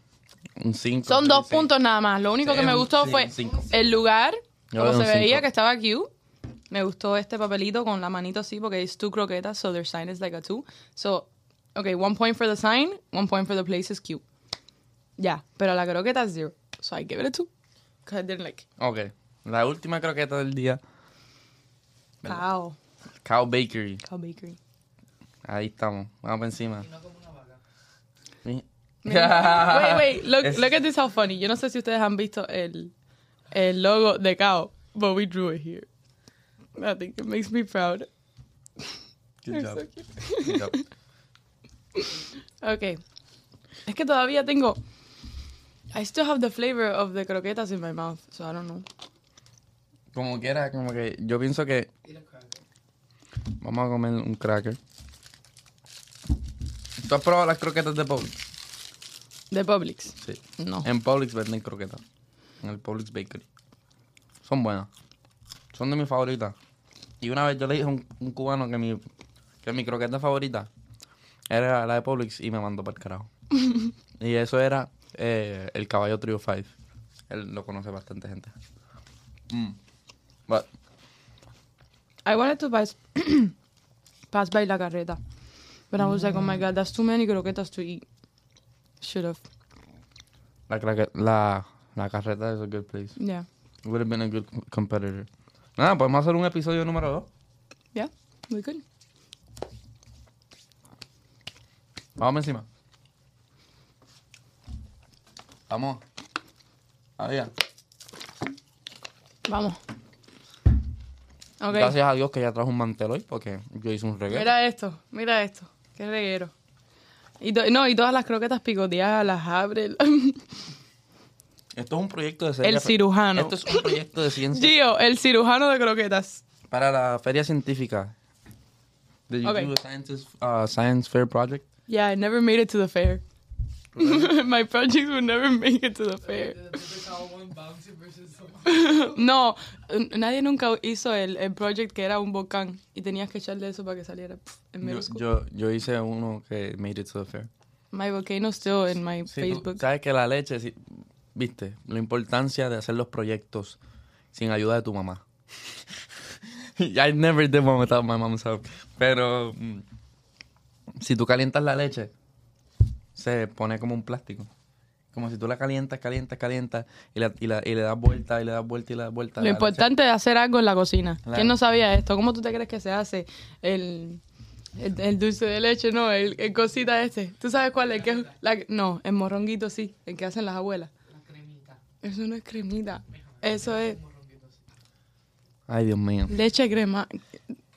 Speaker 1: Un 5.
Speaker 2: Son dos puntos nada más. Lo único que me gustó fue el lugar,
Speaker 1: Yo
Speaker 2: como
Speaker 1: le doy
Speaker 2: se
Speaker 1: un
Speaker 2: veía
Speaker 1: cinco.
Speaker 2: que estaba cute. Me gustó este papelito con la manito así porque es two croquetas, so their sign is like a two. So, okay, one point for the sign, one point for the place is cute. Ya, pero la croqueta es zero. So I gave it a two. 'cause I didn't like it.
Speaker 1: Ok. La última croqueta del día.
Speaker 2: Cow.
Speaker 1: Cow Bakery.
Speaker 2: Cow Bakery.
Speaker 1: Ahí estamos. Vamos por encima. Sí.
Speaker 2: Wait, wait, look,
Speaker 1: Es-
Speaker 2: look at this how funny. Yo no sé si ustedes han visto el, el logo de Cow, but we drew it here. I think it makes me proud.
Speaker 1: Good
Speaker 2: They're so
Speaker 1: job.
Speaker 2: cute.
Speaker 1: Good job.
Speaker 2: Okay. Es que todavía tengo. I still have the flavor of the croquetas in my mouth, so I don't know.
Speaker 1: Como quiera, como que yo pienso que
Speaker 3: Y los crackers.
Speaker 1: Vamos a comer un cracker. ¿Tú has probado las croquetas de Publix?
Speaker 2: The Publix.
Speaker 1: Sí.
Speaker 2: No.
Speaker 1: En Publix venden croquetas. En el Publix Bakery. Son buenas. Son de mis favoritas. Y una vez yo le dije a un, un cubano que mi, que mi croqueta favorita era la de Publix y me mandó para el carajo. y eso era eh, el caballo Trio 5. Él lo conoce bastante gente. Mm. But-
Speaker 2: I wanted to pass, pass by La Carreta, but I was like, oh my god, that's too many croquetas to eat. Should have.
Speaker 1: la, craque- la, la carreta es a good place.
Speaker 2: Yeah.
Speaker 1: Would have been a good competitor. Nada, podemos hacer un episodio número 2.
Speaker 2: Yeah, we could.
Speaker 1: Vamos encima. Vamos. Adiós.
Speaker 2: Vamos. Okay.
Speaker 1: Gracias a Dios que ya trajo un mantel hoy porque yo hice un reggae.
Speaker 2: Mira esto, mira esto. Qué reguero. Y to- no, y todas las croquetas picoteadas las abre.
Speaker 1: Esto es un proyecto de
Speaker 2: El cirujano.
Speaker 1: Esto es un proyecto de ciencia
Speaker 2: Gio, el cirujano de croquetas.
Speaker 1: para la feria científica. Did you
Speaker 2: Ok.
Speaker 1: do a scientist, uh, science fair project?
Speaker 2: Yeah, I never made it to the fair. My projects would never make it to the fair.
Speaker 3: The typical one bouncy versus someone.
Speaker 2: No, n- nadie nunca hizo el, el project que era un volcán y tenías que echarle eso para que saliera pf, en
Speaker 1: Yo,
Speaker 2: menos.
Speaker 1: yo, yo hice uno que made it to the fair.
Speaker 2: My volcano still in my
Speaker 1: Sí, tú
Speaker 2: Facebook.
Speaker 1: sabes que la leche, sí, viste, la importancia de hacer los proyectos sin ayuda de tu mamá. I never did one without my mom's help. Pero mm, si tú calientas la leche, se pone como un plástico. Como si tú la calientas, calientas, calientas y, la- y la- y le das vuelta y le das vuelta y le das vuelta.
Speaker 2: Lo
Speaker 1: la leche-
Speaker 2: importante es hacer algo en la cocina.
Speaker 1: Claro.
Speaker 2: ¿Quién no sabía esto? ¿Cómo tú te crees que se hace el, el, el dulce de leche? No, el, el cosita este. ¿Tú sabes cuál es? El que es la, no, el morronguito sí, el que hacen las abuelas.
Speaker 3: La cremita.
Speaker 2: Eso no es cremita. Eso es
Speaker 3: Un morronguito así.
Speaker 1: Ay, Dios mío.
Speaker 2: leche crema.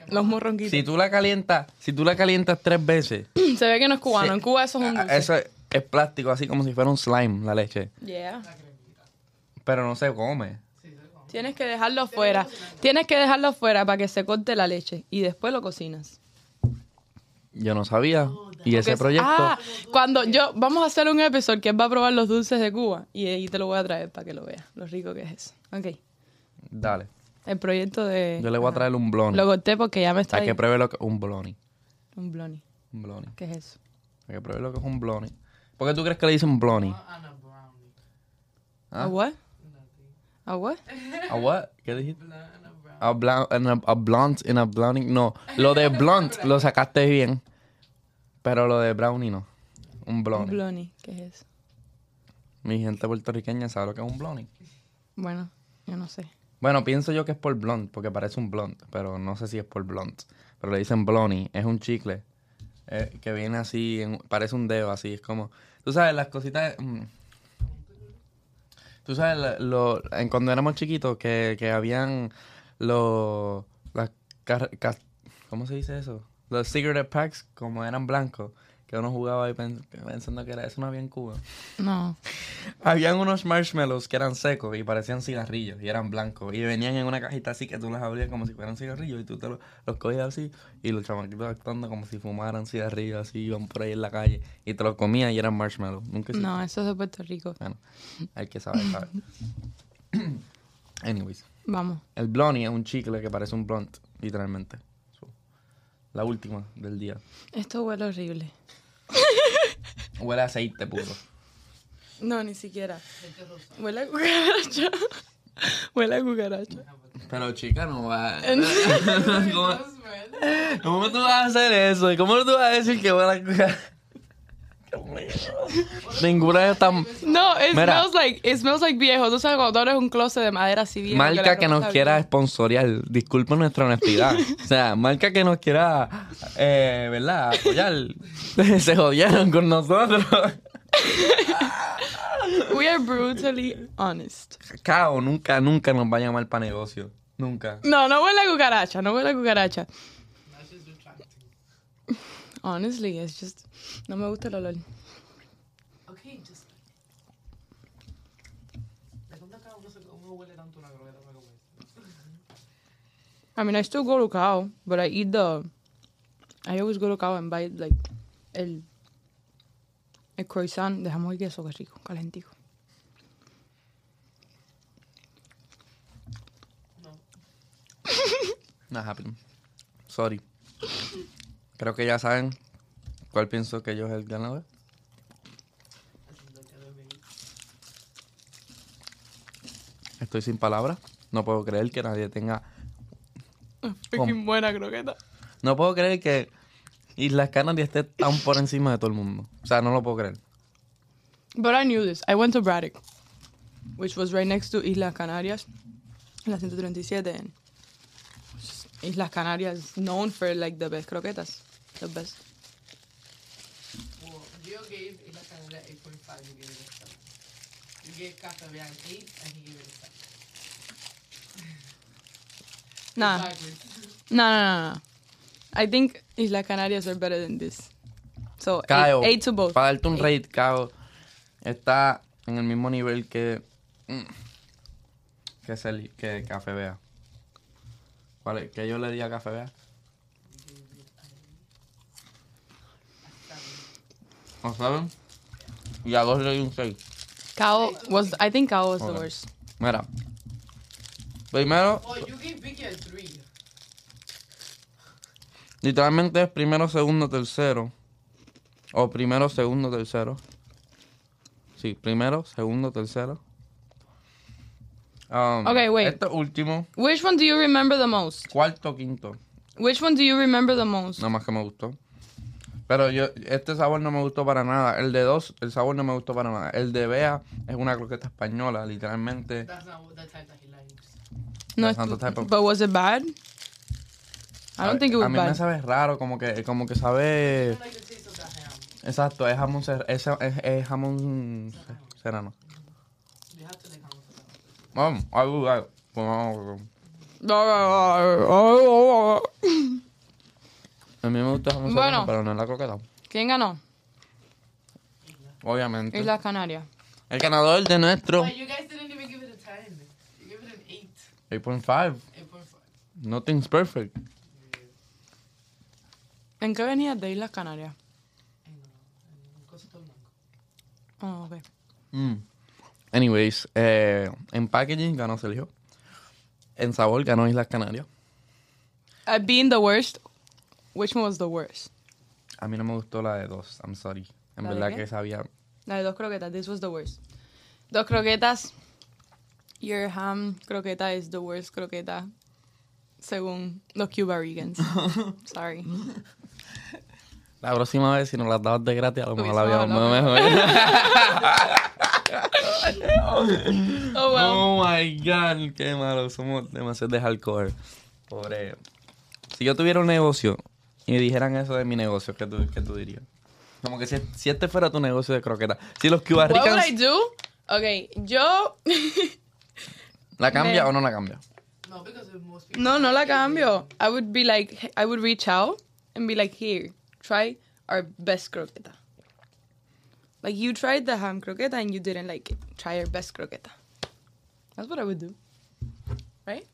Speaker 2: Los morronguitos. Mm,
Speaker 1: Si tú la calientas, si tú la calientas tres veces,
Speaker 2: Se ve que no es cubano.
Speaker 1: Sí.
Speaker 2: En Cuba eso es un
Speaker 1: a-
Speaker 2: dulce.
Speaker 1: eso es- es plástico, así como si fuera un slime la leche.
Speaker 2: Yeah.
Speaker 3: La cremita.
Speaker 1: Pero no se come.
Speaker 3: Sí, se come.
Speaker 2: Tienes que dejarlo fuera. Tienes que dejarlo fuera para que se corte la leche y después lo cocinas.
Speaker 1: Yo no sabía. Y
Speaker 2: Porque
Speaker 1: ese
Speaker 2: es-
Speaker 1: proyecto.
Speaker 2: Ah, cuando yo vamos a hacer un episodio que él va a probar los dulces de Cuba y ahí te lo voy a traer para que lo veas, lo rico que es eso. Ok.
Speaker 1: Dale.
Speaker 2: El proyecto de
Speaker 1: Yo le voy a traer un blonde.
Speaker 2: lo corté porque ya me está
Speaker 1: Para que
Speaker 2: ahí.
Speaker 1: pruebe lo que un blonde.
Speaker 2: un bloni.
Speaker 1: Un blonde.
Speaker 2: ¿Qué es eso?
Speaker 1: Para que pruebe lo que es un blonde. ¿Por qué tú crees que le dicen blonde?
Speaker 3: Ana Brownie.
Speaker 1: Ah.
Speaker 2: ¿A what?
Speaker 3: Nothing.
Speaker 2: ¿A what?
Speaker 1: ¿A what? ¿Qué dijiste?
Speaker 3: Banana Brownie.
Speaker 1: a, bla- en a- a blunt, en a blunting. No, lo de blunt lo sacaste bien. Pero lo de brownie no. Un
Speaker 2: Un
Speaker 1: blunting.
Speaker 2: Blonnie, ¿qué es eso?
Speaker 1: Mi gente puertorriqueña sabe lo que es un blunting.
Speaker 2: Bueno, yo no sé.
Speaker 1: Bueno, pienso yo que es por blunt, porque parece un blunt, pero no sé si es por blunt. Pero le dicen blonny, es un chicle eh, que viene así, en- parece un dedo, así es como... Tú sabes, las cositas... mm. tú sabes, la- lo, en cuando éramos chiquitos, que, que habían los... Las, car- ca- ¿Cómo se dice eso? Los cigarette packs, como eran blancos, que uno jugaba ahí pen- pensando que era eso, no había en Cuba.
Speaker 2: No.
Speaker 1: Habían unos marshmallows que eran secos y parecían cigarrillos y eran blancos. Y venían en una cajita así que tú las abrías como si fueran cigarrillos y tú te lo- los cogías así. Y los chamaquitos actuando como si fumaran cigarrillos así, iban por ahí en la calle. Y te los comías y eran marshmallows. Nunca hiciste-
Speaker 2: No, eso es de Puerto Rico.
Speaker 1: Bueno, hay que saber, sabe. Anyways,
Speaker 2: Vamos.
Speaker 1: el blunny es un chicle que parece un blunt, literalmente. So, la última del día.
Speaker 2: Esto huele horrible.
Speaker 1: Huele a aceite puro.
Speaker 2: No, ni siquiera. Huele a cucaracha. Huele a cucaracha.
Speaker 1: Pero chica, no va. ¿Cómo- ¿Cómo tú vas a hacer eso? ¿Y ¿Cómo tú vas a decir que van a coger? Ninguna es tan
Speaker 2: No, it
Speaker 1: Mira.
Speaker 2: smells like it smells like viejo. Tú sabes cuando tú abres un closet de madera así viejo. la
Speaker 1: marca
Speaker 2: ropa
Speaker 1: que nos
Speaker 2: está
Speaker 1: quiera
Speaker 2: vieja.
Speaker 1: sponsorear. Disculpa nuestra honestidad. O sea, marca que nos quiera, eh, ¿verdad? Apoyar. Se jodieron con nosotros.
Speaker 2: We are brutally honest.
Speaker 1: Cacao nunca, nunca nos va a llamar para negocio. Nunca.
Speaker 2: No, no huele a cucaracha, no huele a cucaracha. Honestly, it's just no me gusta el olor.
Speaker 3: Okay, just. ¿De cuándo acá uno se- uno huele tanto una croqueta para comer?
Speaker 2: I mean, I still go to cow, but I eat the. I always go to cow and buy like el el croissant de jamón y queso que es rico, calentico.
Speaker 1: Not happening. Sorry. Creo que ya saben cuál pienso que yo es el ganador. Estoy sin palabras. No puedo creer que nadie tenga.
Speaker 2: Freaking buena croqueta.
Speaker 1: No puedo creer que Islas Canarias esté tan por encima de todo el mundo. O sea, no lo puedo creer.
Speaker 2: But I knew this. I went to Braddock, which was right next to Islas Canarias, la 137. And Islas Canarias is known for like the best croquetas, the best.
Speaker 3: Well, Gio gave Ila Canela 8.5, you gave it a 7. You gave Casabian 8, and he gave it a 7.
Speaker 2: Nah, no,
Speaker 3: Exactly.
Speaker 2: no, no, no. I think Islas Canarias are better than this. So eight-
Speaker 1: Cao,
Speaker 2: eight, to both.
Speaker 1: Para darte un rate, Cao, está en el mismo nivel que. mm, que, Celi- que Café Bea. ¿Cuál es? ¿Qué yo le di a Café Bea? ¿No saben? Y a dos le di un 6.
Speaker 2: Cow was, I think cow was the
Speaker 1: Hold on.
Speaker 2: worst.
Speaker 1: Mira. Primero,
Speaker 3: Oh, you gave Vicky a 3.
Speaker 1: literalmente es primero, segundo, tercero. O primero, segundo, tercero. Sí, primero, segundo, tercero. Um,
Speaker 2: Ok, wait.
Speaker 1: Este último,
Speaker 2: Which one do you remember the most?
Speaker 1: cuarto, quinto.
Speaker 2: Which one do you remember the most?
Speaker 1: Nada más que me gustó. Pero yo, este sabor no me gustó para nada. El de dos, el sabor no me gustó para nada. El de Bea es una croqueta española, literalmente.
Speaker 3: That's not what- the type that he likes.
Speaker 2: No,
Speaker 1: That's not the type of-
Speaker 2: but was it bad? I don't
Speaker 1: A-
Speaker 2: think it
Speaker 1: A
Speaker 2: was
Speaker 1: mí me
Speaker 2: bad.
Speaker 1: sabe raro, como que, como que sabe.
Speaker 3: I like the taste of that ham.
Speaker 1: Exacto, es jamón serrano. Es, es, es jamón se- serrano.
Speaker 3: You have to like ham for that.
Speaker 1: Vamos, algo, algo. Pues Vamos, vamos. A mí me gusta el jamón
Speaker 2: Bueno.
Speaker 1: serrano, pero no es la croqueta.
Speaker 2: ¿Quién ganó?
Speaker 1: Obviamente.
Speaker 2: Islas Canarias.
Speaker 1: El ganador de nuestro.
Speaker 3: But you guys didn't even give it a 10. You gave it an 8.
Speaker 1: 8.5.
Speaker 3: 8.5.
Speaker 1: Nothing's perfect.
Speaker 2: ¿En qué venías de Islas Canarias?
Speaker 3: Cosito blanco.
Speaker 2: Oh, ok.
Speaker 1: Mm. Anyways, eh, en packaging ganó Sergio. En sabor ganó Islas Canarias.
Speaker 2: Uh, being the worst, which one was the worst?
Speaker 1: A mí no me gustó la de dos. I'm sorry. En
Speaker 2: ¿La de
Speaker 1: verdad
Speaker 2: qué?
Speaker 1: que sabía.
Speaker 2: La de dos croquetas, this was the worst. Dos croquetas, your ham croqueta is the worst croqueta según los Cuba Regans. Sorry.
Speaker 1: La próxima vez, si nos las dabas de gratis, a lo mejor la
Speaker 2: Hubiésemos
Speaker 1: habíamos
Speaker 2: hablado.
Speaker 1: mejor.
Speaker 2: Oh, wow.
Speaker 1: Oh my god, qué malo. Somos demasiado de hardcore. Pobre. Si yo tuviera un negocio y me dijeran eso de mi negocio, ¿qué tú, qué tú dirías? Como que si, si este fuera tu negocio de croqueta. Si los Cuba
Speaker 2: What would
Speaker 1: Ricans-
Speaker 2: I do? Ok, yo...
Speaker 1: ¿La cambia
Speaker 2: Me-
Speaker 1: o no la cambia?
Speaker 3: No, because most people.
Speaker 2: no, no la cambio. I would be like, I would reach out and be like, here, try our best croqueta. Like, you tried the ham croqueta and you didn't like it. Try our best croqueta. That's what I would do. Right?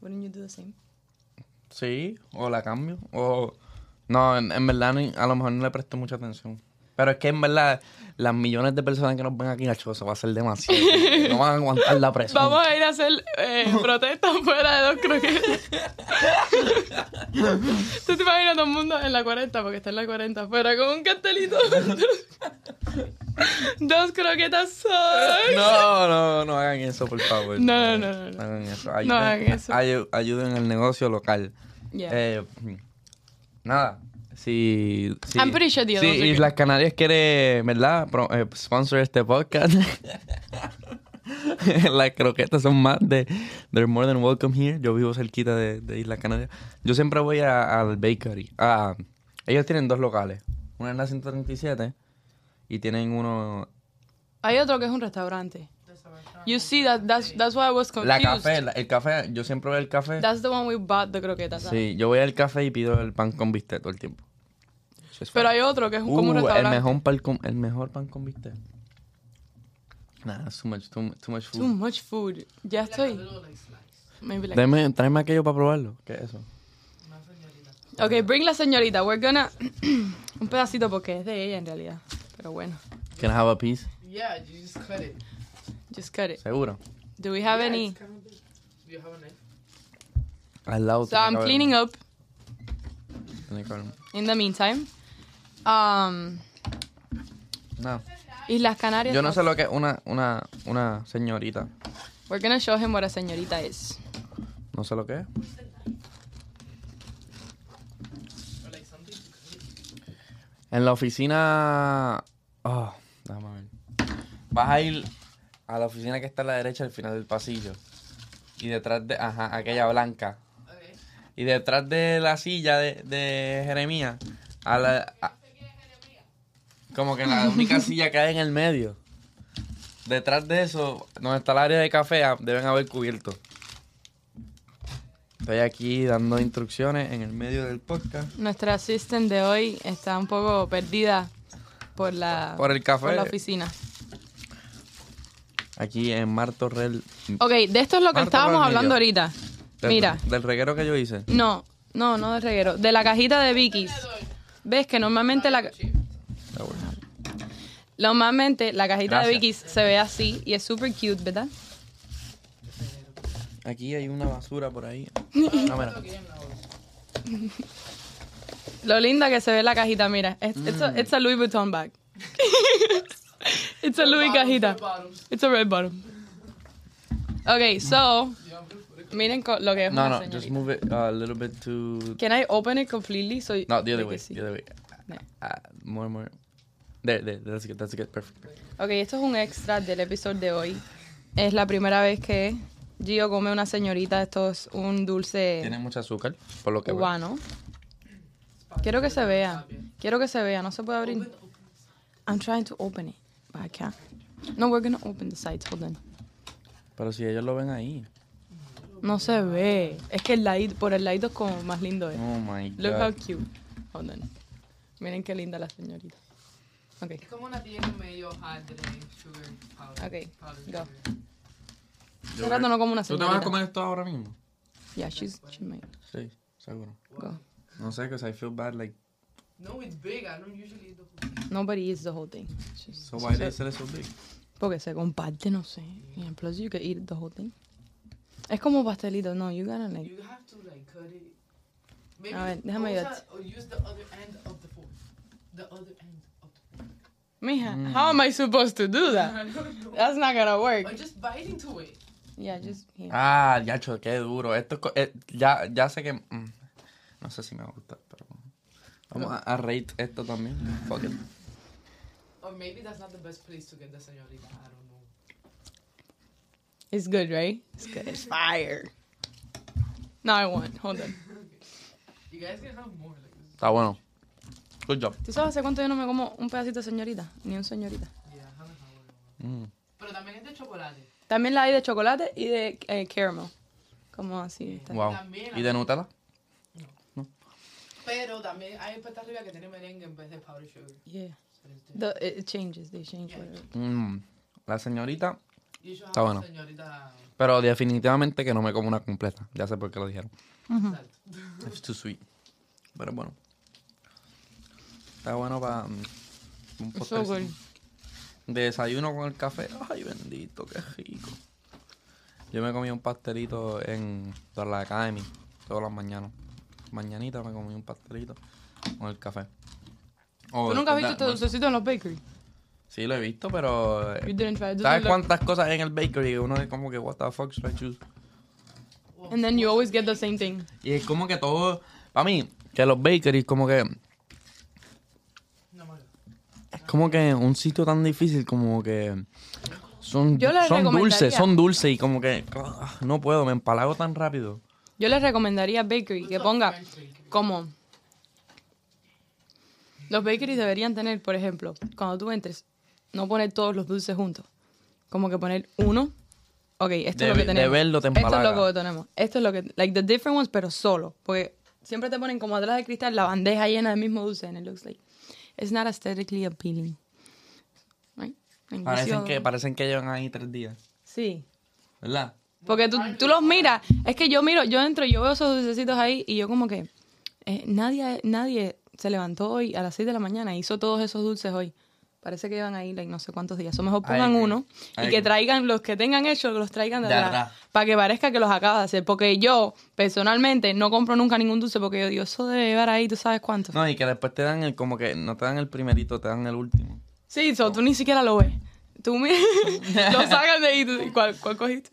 Speaker 2: Wouldn't you do the same?
Speaker 1: Sí, o la cambio. O. No, en, en verdad ni- a lo mejor no le presto mucha atención. Pero es que en verdad, las millones de personas que nos ven aquí, Nacho, eso va a ser demasiado. no van a aguantar la presión.
Speaker 2: Vamos a ir a hacer eh, protestas fuera de los croquetas. ¿Tú te imaginas todo el mundo en la 40? Porque está en la 40 fuera con un cartelito. Dos croquetas son.
Speaker 1: No, no, no hagan eso, por favor.
Speaker 2: No, no, no, no, no.
Speaker 1: hagan eso.
Speaker 2: No hagan eso.
Speaker 1: ayu- ayuden el negocio local.
Speaker 2: Yeah.
Speaker 1: Eh, nada. Si, si,
Speaker 2: I'm pretty sure the
Speaker 1: si
Speaker 2: others are good.
Speaker 1: Islas Canarias quiere, ¿verdad? Pro- eh, sponsor este podcast. Las croquetas son más de... They're more than welcome here. Yo vivo cerquita de, de Islas Canarias. Yo siempre voy a- al bakery. Ah, ellos tienen dos locales. Uno en la 137 y tienen uno...
Speaker 2: Hay otro que es un restaurante.
Speaker 3: That's our time.
Speaker 2: You see that that's that's why I was confused.
Speaker 1: La café, la- el café. Yo siempre voy al café.
Speaker 2: That's the one we bought the croquetas. at.
Speaker 1: Sí, yo voy al café y pido el pan con bistec todo el tiempo. Eso es
Speaker 2: Pero
Speaker 1: fácil.
Speaker 2: hay otro que es como un
Speaker 1: Uh, el
Speaker 2: restaurante.
Speaker 1: mejor pan con, el mejor pan con bistec. Nah, it's too much, too, mu- too much food.
Speaker 2: Too much food. Ya
Speaker 3: Like a
Speaker 2: estoy.
Speaker 3: little like slice.
Speaker 2: Maybe like
Speaker 1: Deme- tráeme aquello para probarlo. ¿Qué es eso?
Speaker 3: Una señorita.
Speaker 2: Okay, bring la señorita. We're gonna un pedacito porque es de ella en realidad. Pero bueno,
Speaker 1: Can I have a piece?
Speaker 3: Yeah, you just cut it.
Speaker 2: just cut it.
Speaker 1: Seguro.
Speaker 2: Do we have
Speaker 3: yeah,
Speaker 2: any?
Speaker 3: it's kind of big. Do you have a knife?
Speaker 1: Al lado.
Speaker 2: So I'm cleaning up in the meantime. Um,
Speaker 1: No.
Speaker 2: Islas Canarias.
Speaker 1: Yo no sé lo que es una, una, una señorita.
Speaker 2: We're gonna show him what a señorita is.
Speaker 1: No sé lo que es.
Speaker 3: Or like something to cut it?
Speaker 1: En la oficina. Oh, déjame ver. Vas a ir a la oficina que está a la derecha al final del pasillo. Y detrás de. Ajá, aquella blanca.
Speaker 3: Okay.
Speaker 1: Y detrás de la silla de, de Jeremías. A la. a- como que la única silla que hay en el medio. Detrás de eso, donde está el área de café, ah, deben haber cubierto. Estoy aquí dando instrucciones en el medio del podcast.
Speaker 2: Nuestra assistant de hoy está un poco perdida por la
Speaker 1: Por el café.
Speaker 2: por la oficina.
Speaker 1: Aquí en Marto Rel.
Speaker 2: Okay, de esto es lo que
Speaker 1: Marta
Speaker 2: estábamos
Speaker 1: Palmillo.
Speaker 2: hablando ahorita.
Speaker 1: Del-
Speaker 2: Mira,
Speaker 1: Del reguero que yo hice.
Speaker 2: no, no, no del reguero, de la cajita de Vicky's. Ves que normalmente la
Speaker 3: Cheap.
Speaker 1: Ah, bueno.
Speaker 2: Normalmente la cajita de
Speaker 1: Gracias.
Speaker 2: Vicky's se ve así y es super cute, ¿verdad?
Speaker 1: Aquí hay una basura por ahí. No, mira.
Speaker 3: Again, I was-
Speaker 2: Lo linda que se ve la cajita, mira. Es
Speaker 1: Mm.
Speaker 2: it's, a, it's a Louis Vuitton bag. it's a Louis cajita.
Speaker 3: Bottoms.
Speaker 2: It's a red bottom. Okay, so miren co- lo que es
Speaker 1: No,
Speaker 2: una
Speaker 1: no,
Speaker 2: señorita.
Speaker 1: just move it a little bit to.
Speaker 2: Can I open it completely so
Speaker 1: No, the other
Speaker 2: like
Speaker 1: way.
Speaker 2: you see?
Speaker 1: The other way.
Speaker 2: No.
Speaker 1: Uh, more, more. There, there. That's good. That's good. Perfect.
Speaker 2: Okay, esto es un extra del episodio de hoy. Es la primera vez que Gio come una señorita. Esto es un dulce
Speaker 1: Tiene mucho azúcar, por lo que veo.
Speaker 2: cubano. Quiero que se vea. Quiero que se vea. No se puede abrir. I'm trying to open it, but I can't. No, we're gonna open the sides. Hold on.
Speaker 1: Pero si ellos lo ven ahí.
Speaker 2: No se ve. Es que el ladito, por el ladito es como más lindo es.
Speaker 1: Oh my god.
Speaker 2: Look how cute. Hold on. Miren qué linda la señorita. Ok.
Speaker 3: Es como una tía que medio hard de sugar powder.
Speaker 2: Okay,
Speaker 3: powder
Speaker 2: go.
Speaker 3: sugar.
Speaker 2: Hace rato no como una
Speaker 1: ¿Tú te
Speaker 2: señorita.
Speaker 1: vas a comer esto ahora mismo?
Speaker 2: Yeah, she's, she might
Speaker 1: Sí, seguro.
Speaker 2: go.
Speaker 1: No sé, because I feel bad, like,
Speaker 3: No, it's big. I don't usually eat the whole
Speaker 2: Nobody eats the whole thing. It's just-
Speaker 1: so why they sell it so big?
Speaker 2: porque se comparte, no sé. And plus you can eat the whole thing. Es como pastelito. No, you gotta like...
Speaker 3: You have to like cut it. Maybe
Speaker 2: A ver, déjame
Speaker 3: usa-
Speaker 2: ayudarte.
Speaker 3: or use the other end of the fork. The other end of the fork.
Speaker 1: Mm.
Speaker 2: Mija, how am I supposed to do that? That's not gonna work.
Speaker 3: Or just bite into it.
Speaker 2: Yeah, just here.
Speaker 1: Ah, yacho, qué duro. Esto es co- eh, ya, ya sé que. mm, no sé si me va a gustar, pero. Vamos a, a rate esto también. Fuck it.
Speaker 3: Or maybe that's not the best place to get the señorita. I don't know.
Speaker 2: It's good, right? It's good. It's fire. No, I want. Hold on.
Speaker 3: You guys can have more like this.
Speaker 1: Está bueno. Good job.
Speaker 2: ¿Tú sabes hace cuánto yo no me como un pedacito de señorita? Ni un señorita.
Speaker 3: Yeah, have a hour.
Speaker 1: Mm.
Speaker 3: Pero también es de chocolate.
Speaker 2: También la hay de chocolate y de eh, caramel. Como así. está.
Speaker 1: Wow.
Speaker 3: También
Speaker 1: ¿Y de Nutella?
Speaker 3: Pero también hay pesta arriba que tiene merengue en vez de powder sugar.
Speaker 2: Yeah.
Speaker 3: So it's different.
Speaker 2: The- it changes. They change. whatever.
Speaker 1: Mm. La señorita.
Speaker 3: You should have
Speaker 1: Está bueno.
Speaker 3: señorita.
Speaker 1: Pero definitivamente que no me como una completa. Ya sé por qué lo dijeron.
Speaker 3: Exacto.
Speaker 1: It's too sweet. Pero bueno. Está bueno para un
Speaker 2: It's so good.
Speaker 1: postrecito. De desayuno con el café. Ay, bendito, qué rico. Yo me comí un pastelito en toda la Academy, todas las mañanas. Mañanita me comí un pastelito con el café. Oh,
Speaker 2: ¿Tú nunca
Speaker 1: después de
Speaker 2: has visto este
Speaker 1: almuerzo.
Speaker 2: dulcecito en los bakery?
Speaker 1: Sí, lo he visto, pero... eh,
Speaker 2: You didn't try it.
Speaker 1: ¿Sabes cuántas cosas hay en el bakery? Uno es como que, what the fuck should I choose?
Speaker 2: And then you always get the same thing.
Speaker 1: Y es como que todo... Para mí, que los bakeries como que...
Speaker 3: No malo.
Speaker 1: Es como que un sitio tan difícil como que... Son,
Speaker 2: Yo les
Speaker 1: son dulces,
Speaker 2: recomendaría-
Speaker 1: son dulces y como que... ah, no puedo, me empalago tan rápido.
Speaker 2: Yo les recomendaría Bakery que ponga como los bakeries deberían tener, por ejemplo, cuando tú entres, no poner todos los dulces juntos. Como que poner uno. Ok, esto
Speaker 1: De-
Speaker 2: es lo que
Speaker 1: de
Speaker 2: tenemos.
Speaker 1: verlo te
Speaker 2: esto es
Speaker 1: empalaga.
Speaker 2: lo que tenemos. Esto es lo que. Like the different ones, pero solo. Porque siempre te ponen como atrás de cristal la bandeja llena del mismo dulce. And it looks like. It's not aesthetically appealing. Right? And you see
Speaker 1: Parecen
Speaker 2: all-
Speaker 1: que, parecen que llevan ahí tres días,
Speaker 2: Sí.
Speaker 1: ¿verdad?
Speaker 2: Porque tú, tú los miras. Es que yo miro, yo entro, yo veo esos dulcecitos ahí y yo como que eh, nadie, nadie se levantó hoy a las 6 de la mañana e hizo todos esos dulces hoy. Parece que llevan ahí like, no sé cuántos días. O mejor
Speaker 1: I
Speaker 2: pongan
Speaker 1: agree.
Speaker 2: uno
Speaker 1: I
Speaker 2: y que
Speaker 1: agree.
Speaker 2: traigan los que tengan hechos, los traigan de,
Speaker 1: De
Speaker 2: atrás.
Speaker 1: atrás.
Speaker 2: Para que parezca que los acaba de hacer. Porque yo, personalmente, no compro nunca ningún dulce porque yo digo, eso debe llevar ahí, tú sabes cuántos.
Speaker 1: No, y que después te dan el, como que no te dan el primerito, te dan el último.
Speaker 2: Sí, so, tú ni siquiera lo ves. Tú mi- lo sacan de ahí. tú- ¿Cuál, cuál cogiste?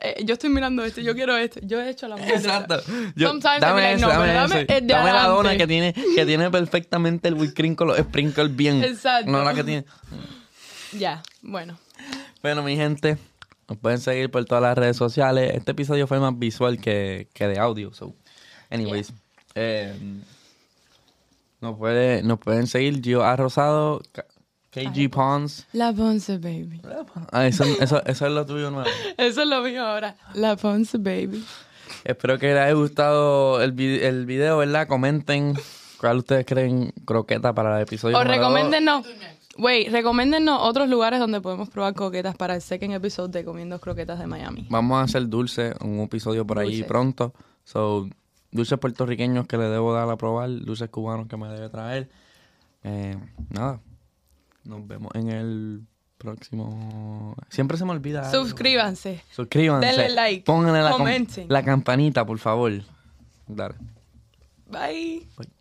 Speaker 2: Eh, yo estoy mirando este, yo quiero este. Yo he hecho la mujer.
Speaker 1: Exacto. Yo-
Speaker 2: Sometimes
Speaker 1: dame
Speaker 2: I
Speaker 1: ese,
Speaker 2: be like, no,
Speaker 1: dame,
Speaker 2: pero dame
Speaker 1: ese.
Speaker 2: el de
Speaker 1: Dame la dona
Speaker 2: adelante.
Speaker 1: que tiene, que tiene perfectamente el whipped cream con los sprinkles bien.
Speaker 2: Exacto.
Speaker 1: No la que tiene.
Speaker 2: Ya, bueno.
Speaker 1: Bueno, mi gente, nos pueden seguir por todas las redes sociales. Este episodio fue más visual que, que de audio. So, anyways. eh, nos, puede, nos pueden seguir Gio A. Rosado, K- KG Pons.
Speaker 2: La Ponce Baby.
Speaker 1: Ah, eso, eso, eso es lo tuyo nuevo.
Speaker 2: Eso es lo mío ahora. La Ponce Baby.
Speaker 1: Espero que les haya gustado el, vi- el video, ¿verdad? Comenten cuál ustedes creen croqueta para el episodio.
Speaker 2: O
Speaker 1: número dos.
Speaker 2: recomiéndenos. Wait, recomiéndenos otros lugares donde podemos probar croquetas para el second episode de Comiendo Croquetas de Miami.
Speaker 1: Vamos a hacer dulce, un episodio por ahí
Speaker 2: Dulces.
Speaker 1: pronto. So, dulces puertorriqueños que le debo dar a probar, dulces cubanos que me debe traer. Eh, nada, nos vemos en el próximo... Siempre se me olvida. algo.
Speaker 2: Suscríbanse.
Speaker 1: Suscríbanse.
Speaker 2: Denle like,
Speaker 1: Pónganle la, com-
Speaker 2: comenten.
Speaker 1: la campanita, por favor. Dale.
Speaker 2: Bye.
Speaker 1: bye.